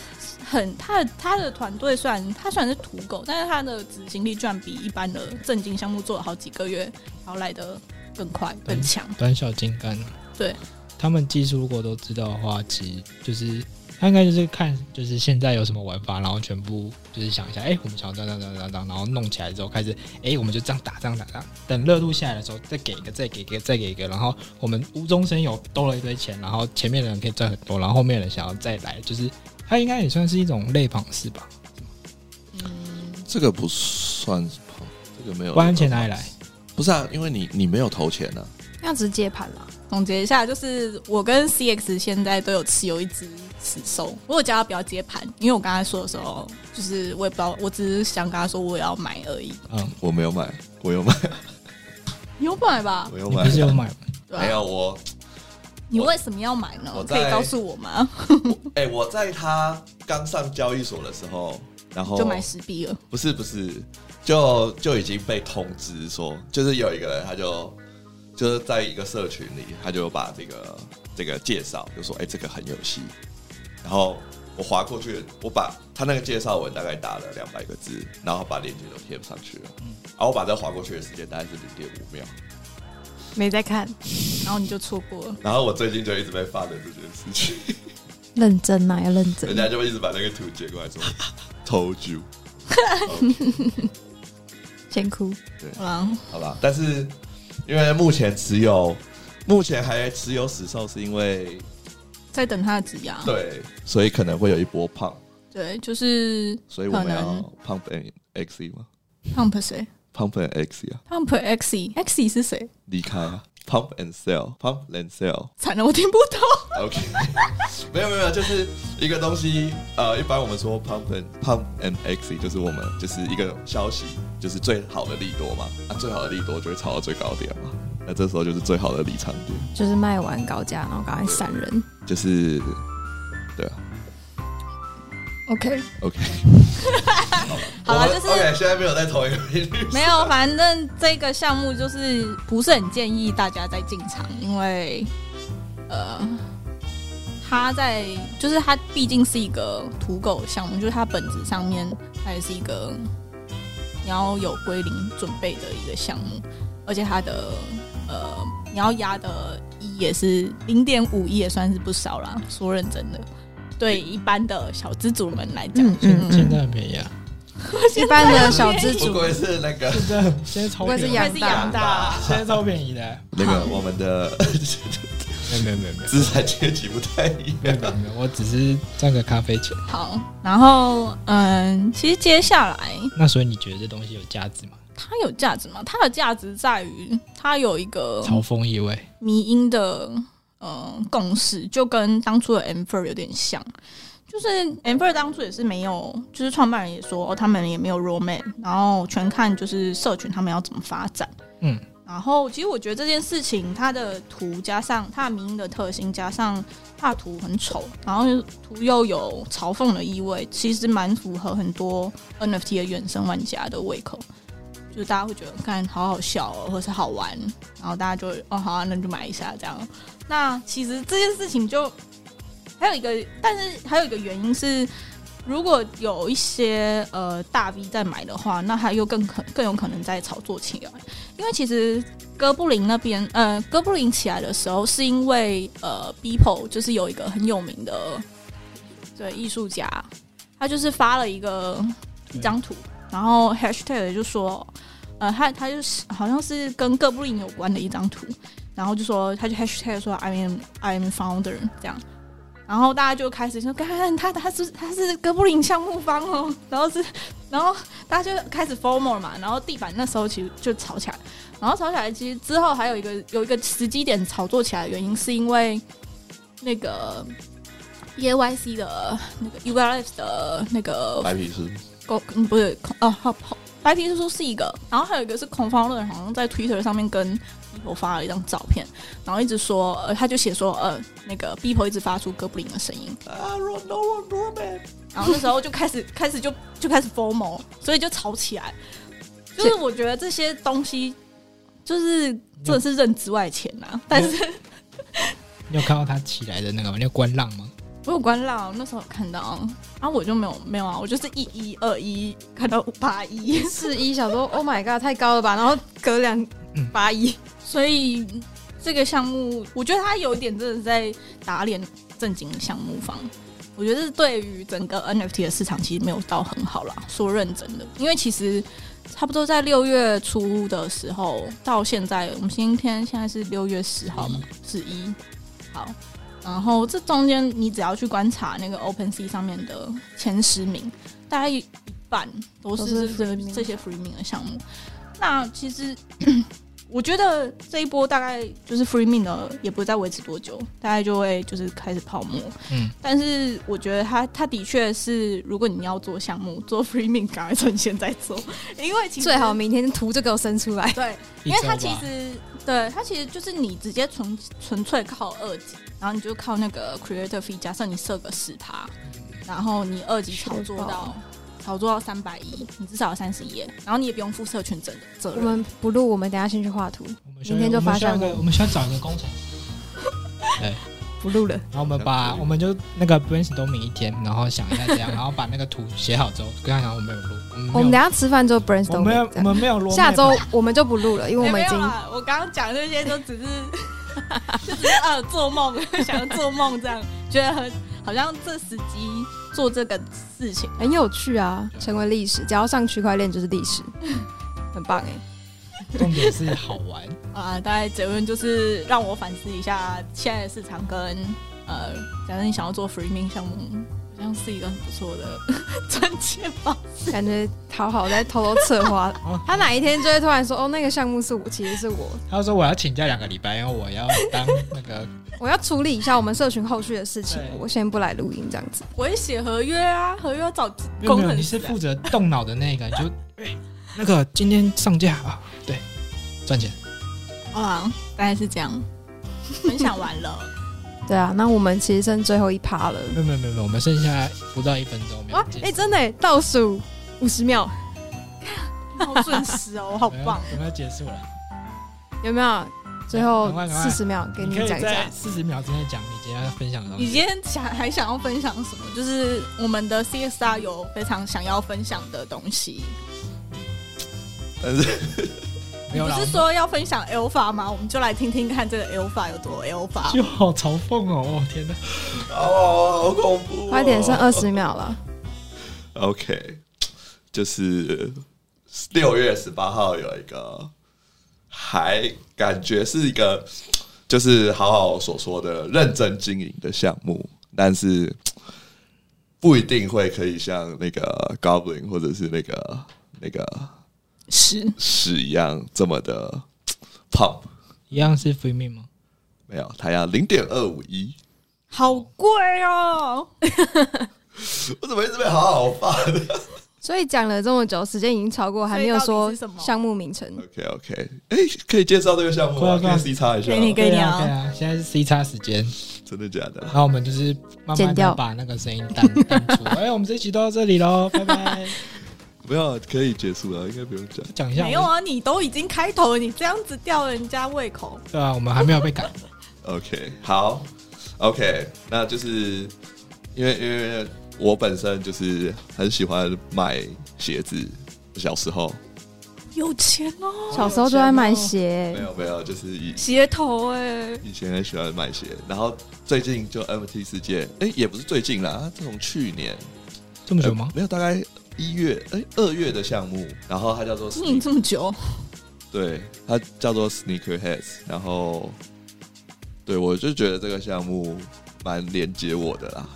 [SPEAKER 1] 很他的他的团队虽然他虽然是土狗，但是他的执行力居然比一般的正经项目做了好几个月，然后来的更快更强。
[SPEAKER 4] 短小精干。
[SPEAKER 1] 对，
[SPEAKER 4] 他们技术如果都知道的话，其实就是他应该就是看就是现在有什么玩法，然后全部就是想一下，哎、我们想要这样这样这样这样，然后弄起来之后开始，哎、我们就这样打这样打这样，等热度下来的时候再给一个再给一个再给一个，然后我们无中生有多了一堆钱，然后前面的人可以赚很多，然后后面的人想要再来，就是他应该也算是一种类庞氏吧。
[SPEAKER 1] 嗯，
[SPEAKER 2] 这个不算是跑，这个没有。
[SPEAKER 4] 不然钱哪里来？
[SPEAKER 2] 不是啊，因为你你没有投钱啊。
[SPEAKER 3] 那直接盘啦，
[SPEAKER 1] 总结一下，就是我跟 CX 现在都有持有一只死兽，我有叫他不要接盘，因为我刚才说的时候，就是我也不知道，我只是想跟他说我也要买而已，
[SPEAKER 4] 嗯，
[SPEAKER 2] 我没有买，我 有买，
[SPEAKER 1] 你有买吧？
[SPEAKER 2] 我有
[SPEAKER 4] 你
[SPEAKER 2] 买
[SPEAKER 4] 不，是有买吗？
[SPEAKER 1] 对吧啊
[SPEAKER 2] 没有我。
[SPEAKER 1] 你为什么要买呢
[SPEAKER 2] 我？
[SPEAKER 1] 可
[SPEAKER 2] 在
[SPEAKER 1] 以告诉我吗？
[SPEAKER 2] 哎、我在他刚上交易所的时候，然后
[SPEAKER 1] 就买十币了。
[SPEAKER 2] 不是不是，就就已经被通知说，就是有一个人他就就是在一个社群里，他就把这个这个介绍，就说哎、这个很有戏。然后我划过去，我把他那个介绍文大概打了两百个字，然后把链接都贴不上去了。
[SPEAKER 4] 嗯
[SPEAKER 2] 然后我把这划过去的时间大概是零点五秒。
[SPEAKER 3] 没在看，
[SPEAKER 1] 然后你就错过了。
[SPEAKER 2] 然后我最近就一直被发的这件事情，
[SPEAKER 3] 认真啊，要认
[SPEAKER 2] 人
[SPEAKER 3] 真。
[SPEAKER 2] 家就一直把那个图截过来说，told you。
[SPEAKER 3] 先哭，
[SPEAKER 1] 好啦，
[SPEAKER 2] 好吧，但是因为目前持有，目前还持有死兽，是因为
[SPEAKER 1] 在等他的指牙。
[SPEAKER 2] 对，所以可能会有一波胖，
[SPEAKER 1] 对，就是
[SPEAKER 2] 所以我们
[SPEAKER 1] 可
[SPEAKER 2] 要
[SPEAKER 1] 能
[SPEAKER 2] pump and x 吗
[SPEAKER 1] Pump 谁
[SPEAKER 2] ？pump and x 啊，
[SPEAKER 1] ？Pump Xe Xe 是谁？
[SPEAKER 2] 离开啊，pump and sell，pump and sell，OK，、
[SPEAKER 1] 惨了，我听不懂。
[SPEAKER 2] OK 没有没有没有，就是一个东西，呃，一般我们说 pump and pump and x 就是我们就是一个消息，就是最好的利多嘛，啊，最好的利多就会炒到最高点嘛，那这时候就是最好的离场点。
[SPEAKER 3] 就是卖完高价，然后赶快闪人。
[SPEAKER 2] 就是，对啊
[SPEAKER 1] OK，
[SPEAKER 2] ，OK。
[SPEAKER 1] 好了
[SPEAKER 2] 我们
[SPEAKER 1] 就是
[SPEAKER 2] OK，现在没有在同一 个频率。
[SPEAKER 1] 没有，反正这个项目就是不是很建议大家再进场，因为呃，它在就是它毕竟是一个土狗项目，就是它本质上面它也是一个你要有归零准备的一个项目，而且它的呃你要压的一也是零点五呃亿也算是不少啦，说认真的。对一般的小资主们来讲，
[SPEAKER 3] 嗯嗯
[SPEAKER 4] 现
[SPEAKER 3] 嗯，
[SPEAKER 4] 在很便宜啊，
[SPEAKER 3] 一般的小资
[SPEAKER 2] 不
[SPEAKER 3] 主，
[SPEAKER 2] 愧是那 个
[SPEAKER 4] 现在现在超
[SPEAKER 3] 我也是
[SPEAKER 4] 便宜，
[SPEAKER 3] 养
[SPEAKER 1] 还是
[SPEAKER 3] 大
[SPEAKER 1] 养大，
[SPEAKER 4] 现在超便宜的。
[SPEAKER 2] 那个我们的
[SPEAKER 4] 没有没有没有没有
[SPEAKER 2] 资产阶级不太一
[SPEAKER 4] 没有
[SPEAKER 2] 样
[SPEAKER 4] 没。有没有， 我只是赚个咖啡钱。
[SPEAKER 1] 好，然后嗯，其实接下来
[SPEAKER 4] 那所以你觉得这东西有价值吗？
[SPEAKER 1] 它有价值吗？它的价值在于它有一个
[SPEAKER 4] 嘲讽意味，
[SPEAKER 1] 迷音的呃共识，就跟当初的 e m p e r 有点像。就是 e m p e r 当初也是没有，就是创办人也说、哦他们也没有 roadmap，然后全看就是社群他们要怎么发展。
[SPEAKER 4] 嗯，
[SPEAKER 1] 然后其实我觉得这件事情，它的图加上它的迷音的特性，加上画图很丑，然后图又有嘲讽的意味，其实蛮符合很多 NFT 的原生玩家的胃口。就是大家会觉得看好好笑哦，或是好玩，然后大家就会哦好、啊，那就买一下这样。那其实这件事情就还有一个，但是还有一个原因是，如果有一些呃大 V 在买的话，那他又更可更有可能在炒作啊起来，因为其实哥布林那边呃哥布林起来的时候，是因为呃 Beeple 就是有一个很有名的对艺术家，他就是发了一个一张图，然后 Hashtag 就说。呃，他他就是好像是跟哥布林有关的一张图，然后就说他就 hashtag 说 I am I am founder 这样，然后大家就开始说，看他他是他是哥布林项目方哦，然后是然后大家就开始 formal 嘛，然后地板那时候其实就吵起来，然后吵起来其实之后还有一个有一个时机点炒作起来的原因是因为那个 E A Y C 的那个 U L F 的那个
[SPEAKER 2] 白皮书，
[SPEAKER 1] 狗，嗯，不是孔哦，好好，白皮书是一个，然后还有一个是孔方论，好像在 Twitter 上面跟 Beeple 发了一张照片，然后一直说，呃，他就写说，呃，那个 Beeple 一直发出哥布林的声音，然后那时候就开始开始就就开始 formal，所以就吵起来。就是我觉得这些东西，就是真的是认知外钱啊，但是
[SPEAKER 4] 你有看到它起来的那个吗？你有观浪吗？
[SPEAKER 1] 我有观浪，那时候有看到，啊，我就没有没有啊，我就是一一二一看到五八一。
[SPEAKER 3] 四一想说 Oh my God，太高了吧，然后隔两
[SPEAKER 4] 嗯
[SPEAKER 3] 八一，
[SPEAKER 1] 所以这个项目，我觉得它有一点真的是在打脸正经的项目方。我觉得是对于整个 NFT 的市场其实没有到很好啦，说认真的，因为其实差不多在六月初的时候到现在，我们今天现在是六月十号嘛，十一好。然后这中间你只要去观察那个 OpenSea 上面的前十名，大概一半都
[SPEAKER 3] 都
[SPEAKER 1] 是
[SPEAKER 3] 是
[SPEAKER 1] 这
[SPEAKER 3] freeming
[SPEAKER 1] 这些 free 名的项目。那其实 我觉得这一波大概就是 free min 的，也不会再维持多久，大概就会就是开始泡沫。
[SPEAKER 4] 嗯，
[SPEAKER 1] 但是我觉得它它的确是，如果你要做项目，做 free min 赶快趁现在做，因为其实
[SPEAKER 3] 最好明天图就给我生出来。
[SPEAKER 1] 对，
[SPEAKER 4] 一
[SPEAKER 1] 因为
[SPEAKER 4] 周
[SPEAKER 1] 它其
[SPEAKER 4] 吧
[SPEAKER 1] 实对它其实就是你直接纯纯粹靠二级，然后你就靠那个 creator fee，假设你设个十趴，然后你二级炒作
[SPEAKER 3] 是
[SPEAKER 1] 到
[SPEAKER 3] 吧
[SPEAKER 1] 炒作到三百一，你至少有三十页，然后你也不用负社群责责
[SPEAKER 3] 我
[SPEAKER 1] 任。
[SPEAKER 3] 们不录，我们等一下先去画图，
[SPEAKER 4] 我们需要
[SPEAKER 3] 明天就
[SPEAKER 4] 我们
[SPEAKER 3] 发
[SPEAKER 4] 需要
[SPEAKER 3] 项
[SPEAKER 4] 一
[SPEAKER 3] 目
[SPEAKER 4] 个，我们需要找一个工程师，
[SPEAKER 3] 不录了。
[SPEAKER 1] 哎
[SPEAKER 4] 然后我们把我们就那个 brainstorming 一天，然后想一下这样，然后把那个图写好之后，跟他讲我们有
[SPEAKER 3] 我
[SPEAKER 4] 录，我
[SPEAKER 3] 们
[SPEAKER 4] 们
[SPEAKER 3] 等一
[SPEAKER 4] 没有
[SPEAKER 3] 下吃饭之后
[SPEAKER 4] 我没有
[SPEAKER 3] brainstorm，这
[SPEAKER 4] 我
[SPEAKER 3] 样
[SPEAKER 4] 们没有录，
[SPEAKER 3] 下周我们就不录了，因为我
[SPEAKER 1] 没
[SPEAKER 3] 们已
[SPEAKER 1] 有
[SPEAKER 3] 经
[SPEAKER 1] 啊，我刚刚讲这些都只是，就只是呃做梦， 想做梦这样，觉得很好像这时机做这个事情。
[SPEAKER 3] 很有趣啊，成为历史。只要上区块链就是历 史，很棒哎、
[SPEAKER 4] 重点是好玩，
[SPEAKER 1] 啊，大概结论就是让我反思一下现在的市场跟呃，假如你想要做 freeming 项目，好像是一个很不错的 赚钱方式。
[SPEAKER 3] 感觉好好在偷偷策划
[SPEAKER 4] 哦。
[SPEAKER 3] 他哪一天就会突然说：“哦，那个项目是我，其实是我，
[SPEAKER 4] 他说我要请假两个礼拜，因为我要当那个
[SPEAKER 3] 我要处理一下我们社群后续的事情，
[SPEAKER 4] 对
[SPEAKER 3] 我先不来录音这样子。
[SPEAKER 1] 我会写合约啊，合约要找
[SPEAKER 4] 没有
[SPEAKER 1] 工
[SPEAKER 4] 没有，
[SPEAKER 1] 程
[SPEAKER 4] 你是
[SPEAKER 1] 师啊、
[SPEAKER 4] 负责动脑的那个，你就哎那个今天上架啊，对，赚钱。
[SPEAKER 1] 啊，大概是这样。分享完了，”
[SPEAKER 3] 对啊，那我们其实剩最后一趴了。
[SPEAKER 4] 没有没有没有没有，我们剩下不到一分钟，没
[SPEAKER 3] 哇
[SPEAKER 4] 有，
[SPEAKER 3] 啊哎、真的、欸、倒数五十秒，
[SPEAKER 1] 好准时哦，我好 棒。
[SPEAKER 4] 我们要结束了。
[SPEAKER 3] 有没有？最后
[SPEAKER 4] 赶快赶快
[SPEAKER 3] 四十秒给你
[SPEAKER 4] 可以
[SPEAKER 3] 讲一下
[SPEAKER 4] 在。四十秒之内讲你今天要分享的东
[SPEAKER 1] 你
[SPEAKER 4] 西。
[SPEAKER 1] 今天想还想要分享什么？就是我们的 CSR 有非常想要分享的东西，
[SPEAKER 2] 但是
[SPEAKER 4] 没有
[SPEAKER 1] 不
[SPEAKER 4] 啦，
[SPEAKER 1] 是说要分享 Alpha 吗？我们就来听听看这个 Alpha 有多 Alpha
[SPEAKER 4] 我们。就好嘲讽哦！哦天哪，
[SPEAKER 2] 哦，好恐怖哦！
[SPEAKER 3] 快点，剩二十秒了。
[SPEAKER 2] OK，就是六月十八号有一个，还感觉是一个就是好好所说的认真经营的项目，但是不一定会可以像那个 Goblin 或者是那个那个
[SPEAKER 1] 是
[SPEAKER 2] 屎一样这么的 pump。
[SPEAKER 4] 一样是 free me 吗？
[SPEAKER 2] 没有，它要零点二五一。
[SPEAKER 1] 好贵哦，
[SPEAKER 2] 我怎么一直被好好发的
[SPEAKER 3] 所以讲了这么久，时间已经超过，还没有
[SPEAKER 1] 所以到
[SPEAKER 3] 说
[SPEAKER 1] 底是什么
[SPEAKER 3] 项目名称。
[SPEAKER 2] ？OK OK，哎、可以介绍这个项目
[SPEAKER 4] 快
[SPEAKER 2] 吗？
[SPEAKER 4] 啊
[SPEAKER 2] 可
[SPEAKER 4] 快啊
[SPEAKER 2] 以 C 插一下
[SPEAKER 1] 给你
[SPEAKER 2] 吗，
[SPEAKER 1] 给你
[SPEAKER 4] 啊，对
[SPEAKER 1] 啊，
[SPEAKER 4] 啊，现在是 C 叉时间，
[SPEAKER 2] 真的假的
[SPEAKER 4] 然？后我们就是慢慢
[SPEAKER 3] 剪
[SPEAKER 4] 的
[SPEAKER 3] 掉
[SPEAKER 4] 把那个声音淡淡出。哎，我们这一集到这里喽，拜拜。
[SPEAKER 2] 不要，啊可以结束了，应该不用讲。
[SPEAKER 4] 讲一下，
[SPEAKER 1] 没有，啊，你都已经开头了，你这样子吊人家胃口，
[SPEAKER 4] 对啊，我们还没有被赶。
[SPEAKER 2] OK，好，OK，那就是因为因为我本身就是很喜欢买鞋子，小时候
[SPEAKER 1] 有钱哦，
[SPEAKER 3] 小时候就爱买鞋
[SPEAKER 2] 没，有没有，就是以
[SPEAKER 1] 鞋头哎，
[SPEAKER 2] 以前很喜欢买鞋，然后最近就 MT 世界，哎、也不是最近啦，这种去年
[SPEAKER 4] 这么久吗
[SPEAKER 2] 呃？没有，大概一月哎二、月的项目，然后它叫做
[SPEAKER 1] 经营
[SPEAKER 2] Sneak，
[SPEAKER 1] 这么久，
[SPEAKER 2] 对，它叫做 Sneaker Heads，然后对我就觉得这个项目蛮连接我的啦，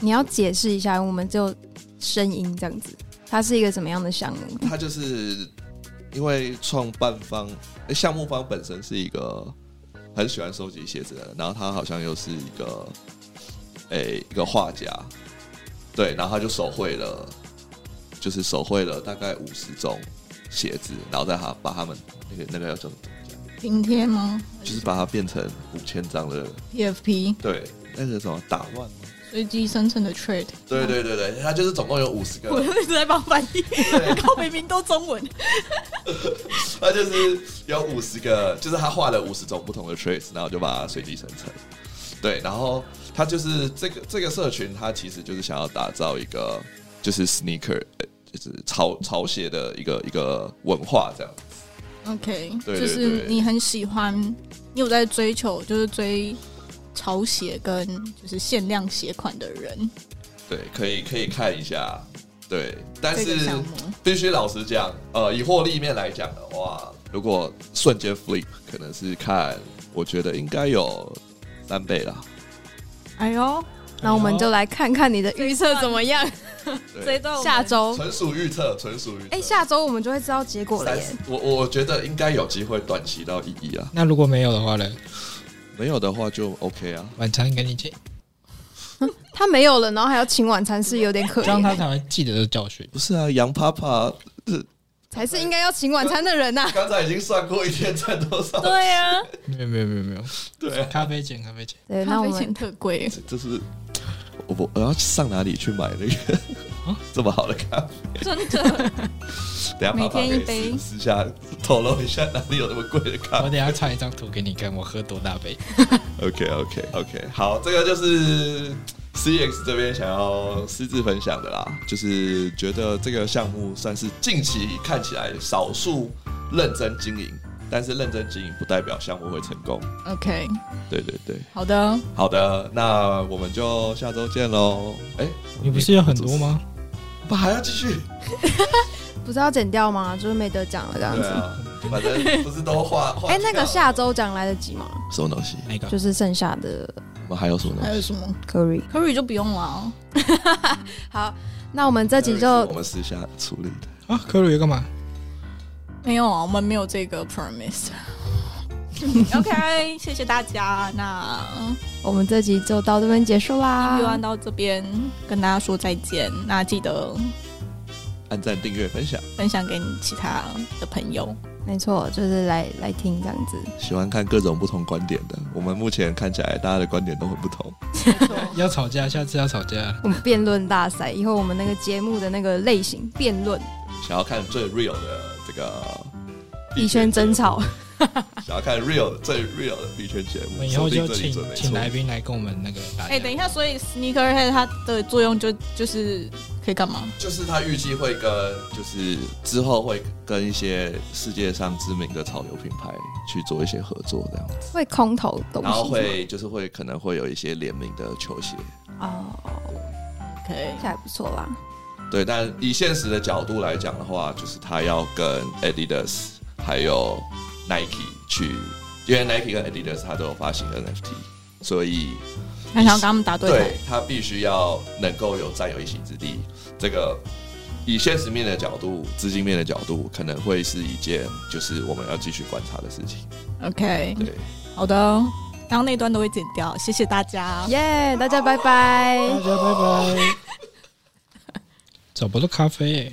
[SPEAKER 3] 你要解释一下，我们就声音这样子，它是一个什么样的项目？
[SPEAKER 2] 他就是因为创办方诶项、目方本身是一个很喜欢收集鞋子的人，然后他好像又是一个诶、一个画家，对，然后他就手绘了，就是手绘了大概五十种鞋子，然后再他把他们那个那个要叫怎么讲，
[SPEAKER 1] 平贴吗
[SPEAKER 2] 就是把它变成五千张的，
[SPEAKER 1] ？PFP
[SPEAKER 2] 对，那个什么打乱吗？
[SPEAKER 1] 随机生成的 trade，
[SPEAKER 2] 对对对对，他就是总共有五十个
[SPEAKER 1] 我一直在帮 翻译，
[SPEAKER 2] 对
[SPEAKER 1] 靠，明明都中文，
[SPEAKER 2] 他就是有五十个，就是他画了五十种不同的 trace，然后就把它随机生成。对，然后他就是这个这个社群，他其实就是想要打造一个就是 sneaker，呃就是潮潮鞋的一个一个文化这样。
[SPEAKER 1] OK，
[SPEAKER 2] 对对
[SPEAKER 1] 就是
[SPEAKER 2] 对
[SPEAKER 1] 你很喜欢，你有在追求，就是追潮鞋跟就是限量鞋款的人
[SPEAKER 2] 对，可以可以看一下。对，但
[SPEAKER 1] 这
[SPEAKER 2] 是
[SPEAKER 1] 个项目。
[SPEAKER 2] 必须老实讲，呃，以获利面来讲的话，如果瞬间 flip，可能是看，我觉得应该有三倍啦。
[SPEAKER 1] 哎呦，
[SPEAKER 3] 那我们就来看看你的预测怎么样。
[SPEAKER 1] 这
[SPEAKER 2] 对，
[SPEAKER 1] 段我们
[SPEAKER 3] 下周，
[SPEAKER 2] 纯属预测，纯属预测。
[SPEAKER 3] 哎、下周我们就会知道结果了
[SPEAKER 2] 三
[SPEAKER 3] 耶。
[SPEAKER 2] 十，我我觉得应该有机会短期到一亿啊，
[SPEAKER 4] 那如果没有的话呢？
[SPEAKER 2] 没有的话就 OK 啊。
[SPEAKER 4] 晚餐给你请，
[SPEAKER 3] 他没有了，然后还要请晚餐，是有点可
[SPEAKER 4] 这样他
[SPEAKER 3] 怜。
[SPEAKER 4] 才会记得这教训。
[SPEAKER 2] 不是啊，杨爸爸
[SPEAKER 3] 才是应该要请晚餐的人呐、
[SPEAKER 2] 刚才已经算过一天赚多少，
[SPEAKER 1] 对啊，
[SPEAKER 4] 没有没有没有没有，
[SPEAKER 2] 对啊，
[SPEAKER 4] 咖啡钱咖啡钱，
[SPEAKER 3] 对，那
[SPEAKER 1] 咖
[SPEAKER 3] 我
[SPEAKER 1] 啡
[SPEAKER 3] 们
[SPEAKER 1] 钱特贵，
[SPEAKER 2] 这这是我我我要上哪里去买那个 这么好的咖啡？
[SPEAKER 1] 真的。
[SPEAKER 2] 等一下爸爸可
[SPEAKER 1] 每天一杯
[SPEAKER 2] 以私私下透露一下哪里有那么贵的咖
[SPEAKER 4] 我
[SPEAKER 2] 啡
[SPEAKER 4] 等一下传一张图给你看，我喝多大杯。
[SPEAKER 2] ？OK OK OK，好，这个就是 CX 这边想要私自分享的啦，就是觉得这个项目算是近期看起来少数认真经营，但是认真经营不代表项目会成功。
[SPEAKER 1] OK，
[SPEAKER 2] 对对对，
[SPEAKER 1] 好的，
[SPEAKER 2] 好的，那我们就下周见喽。哎、
[SPEAKER 4] 你不是有很多吗？
[SPEAKER 2] 爸还要继续？
[SPEAKER 3] 不是要剪掉吗？就是没得讲了这样
[SPEAKER 2] 对
[SPEAKER 3] 子。
[SPEAKER 2] 啊，反正不是都画画。
[SPEAKER 3] 哎、那个下周讲来得及吗？
[SPEAKER 2] 什么东西？
[SPEAKER 4] 那个？
[SPEAKER 3] 就是剩下的
[SPEAKER 2] 我们还有什么东
[SPEAKER 1] 还
[SPEAKER 2] 西？
[SPEAKER 1] 有什么
[SPEAKER 3] Curry。
[SPEAKER 1] Curry 就不用了啊，
[SPEAKER 3] 好，那我们这集就
[SPEAKER 2] 我们私下处理的。
[SPEAKER 4] 啊，科鲁要干嘛？
[SPEAKER 1] 没有啊，我们没有这个 promise。OK，谢谢大家，那
[SPEAKER 3] 我们这集就到这边结束啦
[SPEAKER 1] 预。案到这边跟大家说再见，那记得
[SPEAKER 2] 按赞、订阅、分享。
[SPEAKER 1] 分享给你其他的朋友。
[SPEAKER 3] 没错，就是来来听这样子。
[SPEAKER 2] 喜欢看各种不同观点的，我们目前看起来大家的观点都很不同。
[SPEAKER 4] 要吵架，下次要吵架。
[SPEAKER 3] 我们辩论大赛，以后我们那个节目的那个类型辩论，
[SPEAKER 2] 想要看最 real 的这个
[SPEAKER 3] 以轩争，吵。
[SPEAKER 2] 想要看 real 的最 real 的币圈节目，
[SPEAKER 4] 我们以后
[SPEAKER 2] 说
[SPEAKER 4] 就
[SPEAKER 2] 不定这里
[SPEAKER 4] 请
[SPEAKER 2] 准没
[SPEAKER 4] 请
[SPEAKER 2] 错
[SPEAKER 4] 来宾来跟我们那个打架。
[SPEAKER 1] 哎、等一下，所以 sneakerhead 它的作用就就是可以干嘛？
[SPEAKER 2] 就是他预计会跟，就是之后会跟一些世界上知名的潮流品牌去做一些合作，这样子，
[SPEAKER 3] 会空投东西，
[SPEAKER 2] 然后会就是会可能会有一些联名的球鞋。
[SPEAKER 3] 哦，
[SPEAKER 1] 可以
[SPEAKER 3] 这还不错啦。
[SPEAKER 2] 对，但以现实的角度来讲的话，就是他要跟 Adidas 还有 Nike 去，因为 Nike 跟 Adidas 它都有发行 NFT，所以
[SPEAKER 1] 很想跟他们打对台。
[SPEAKER 2] 他必须要能够有占有一席之地。这个以现实面的角度、资金面的角度，可能会是一件就是我们要继续观察的事情。
[SPEAKER 1] OK，
[SPEAKER 2] 对，
[SPEAKER 1] 好的，刚刚那段都会剪掉，谢谢大家。
[SPEAKER 3] 耶、大家拜拜。
[SPEAKER 4] 大家拜拜。找不到咖啡、欸。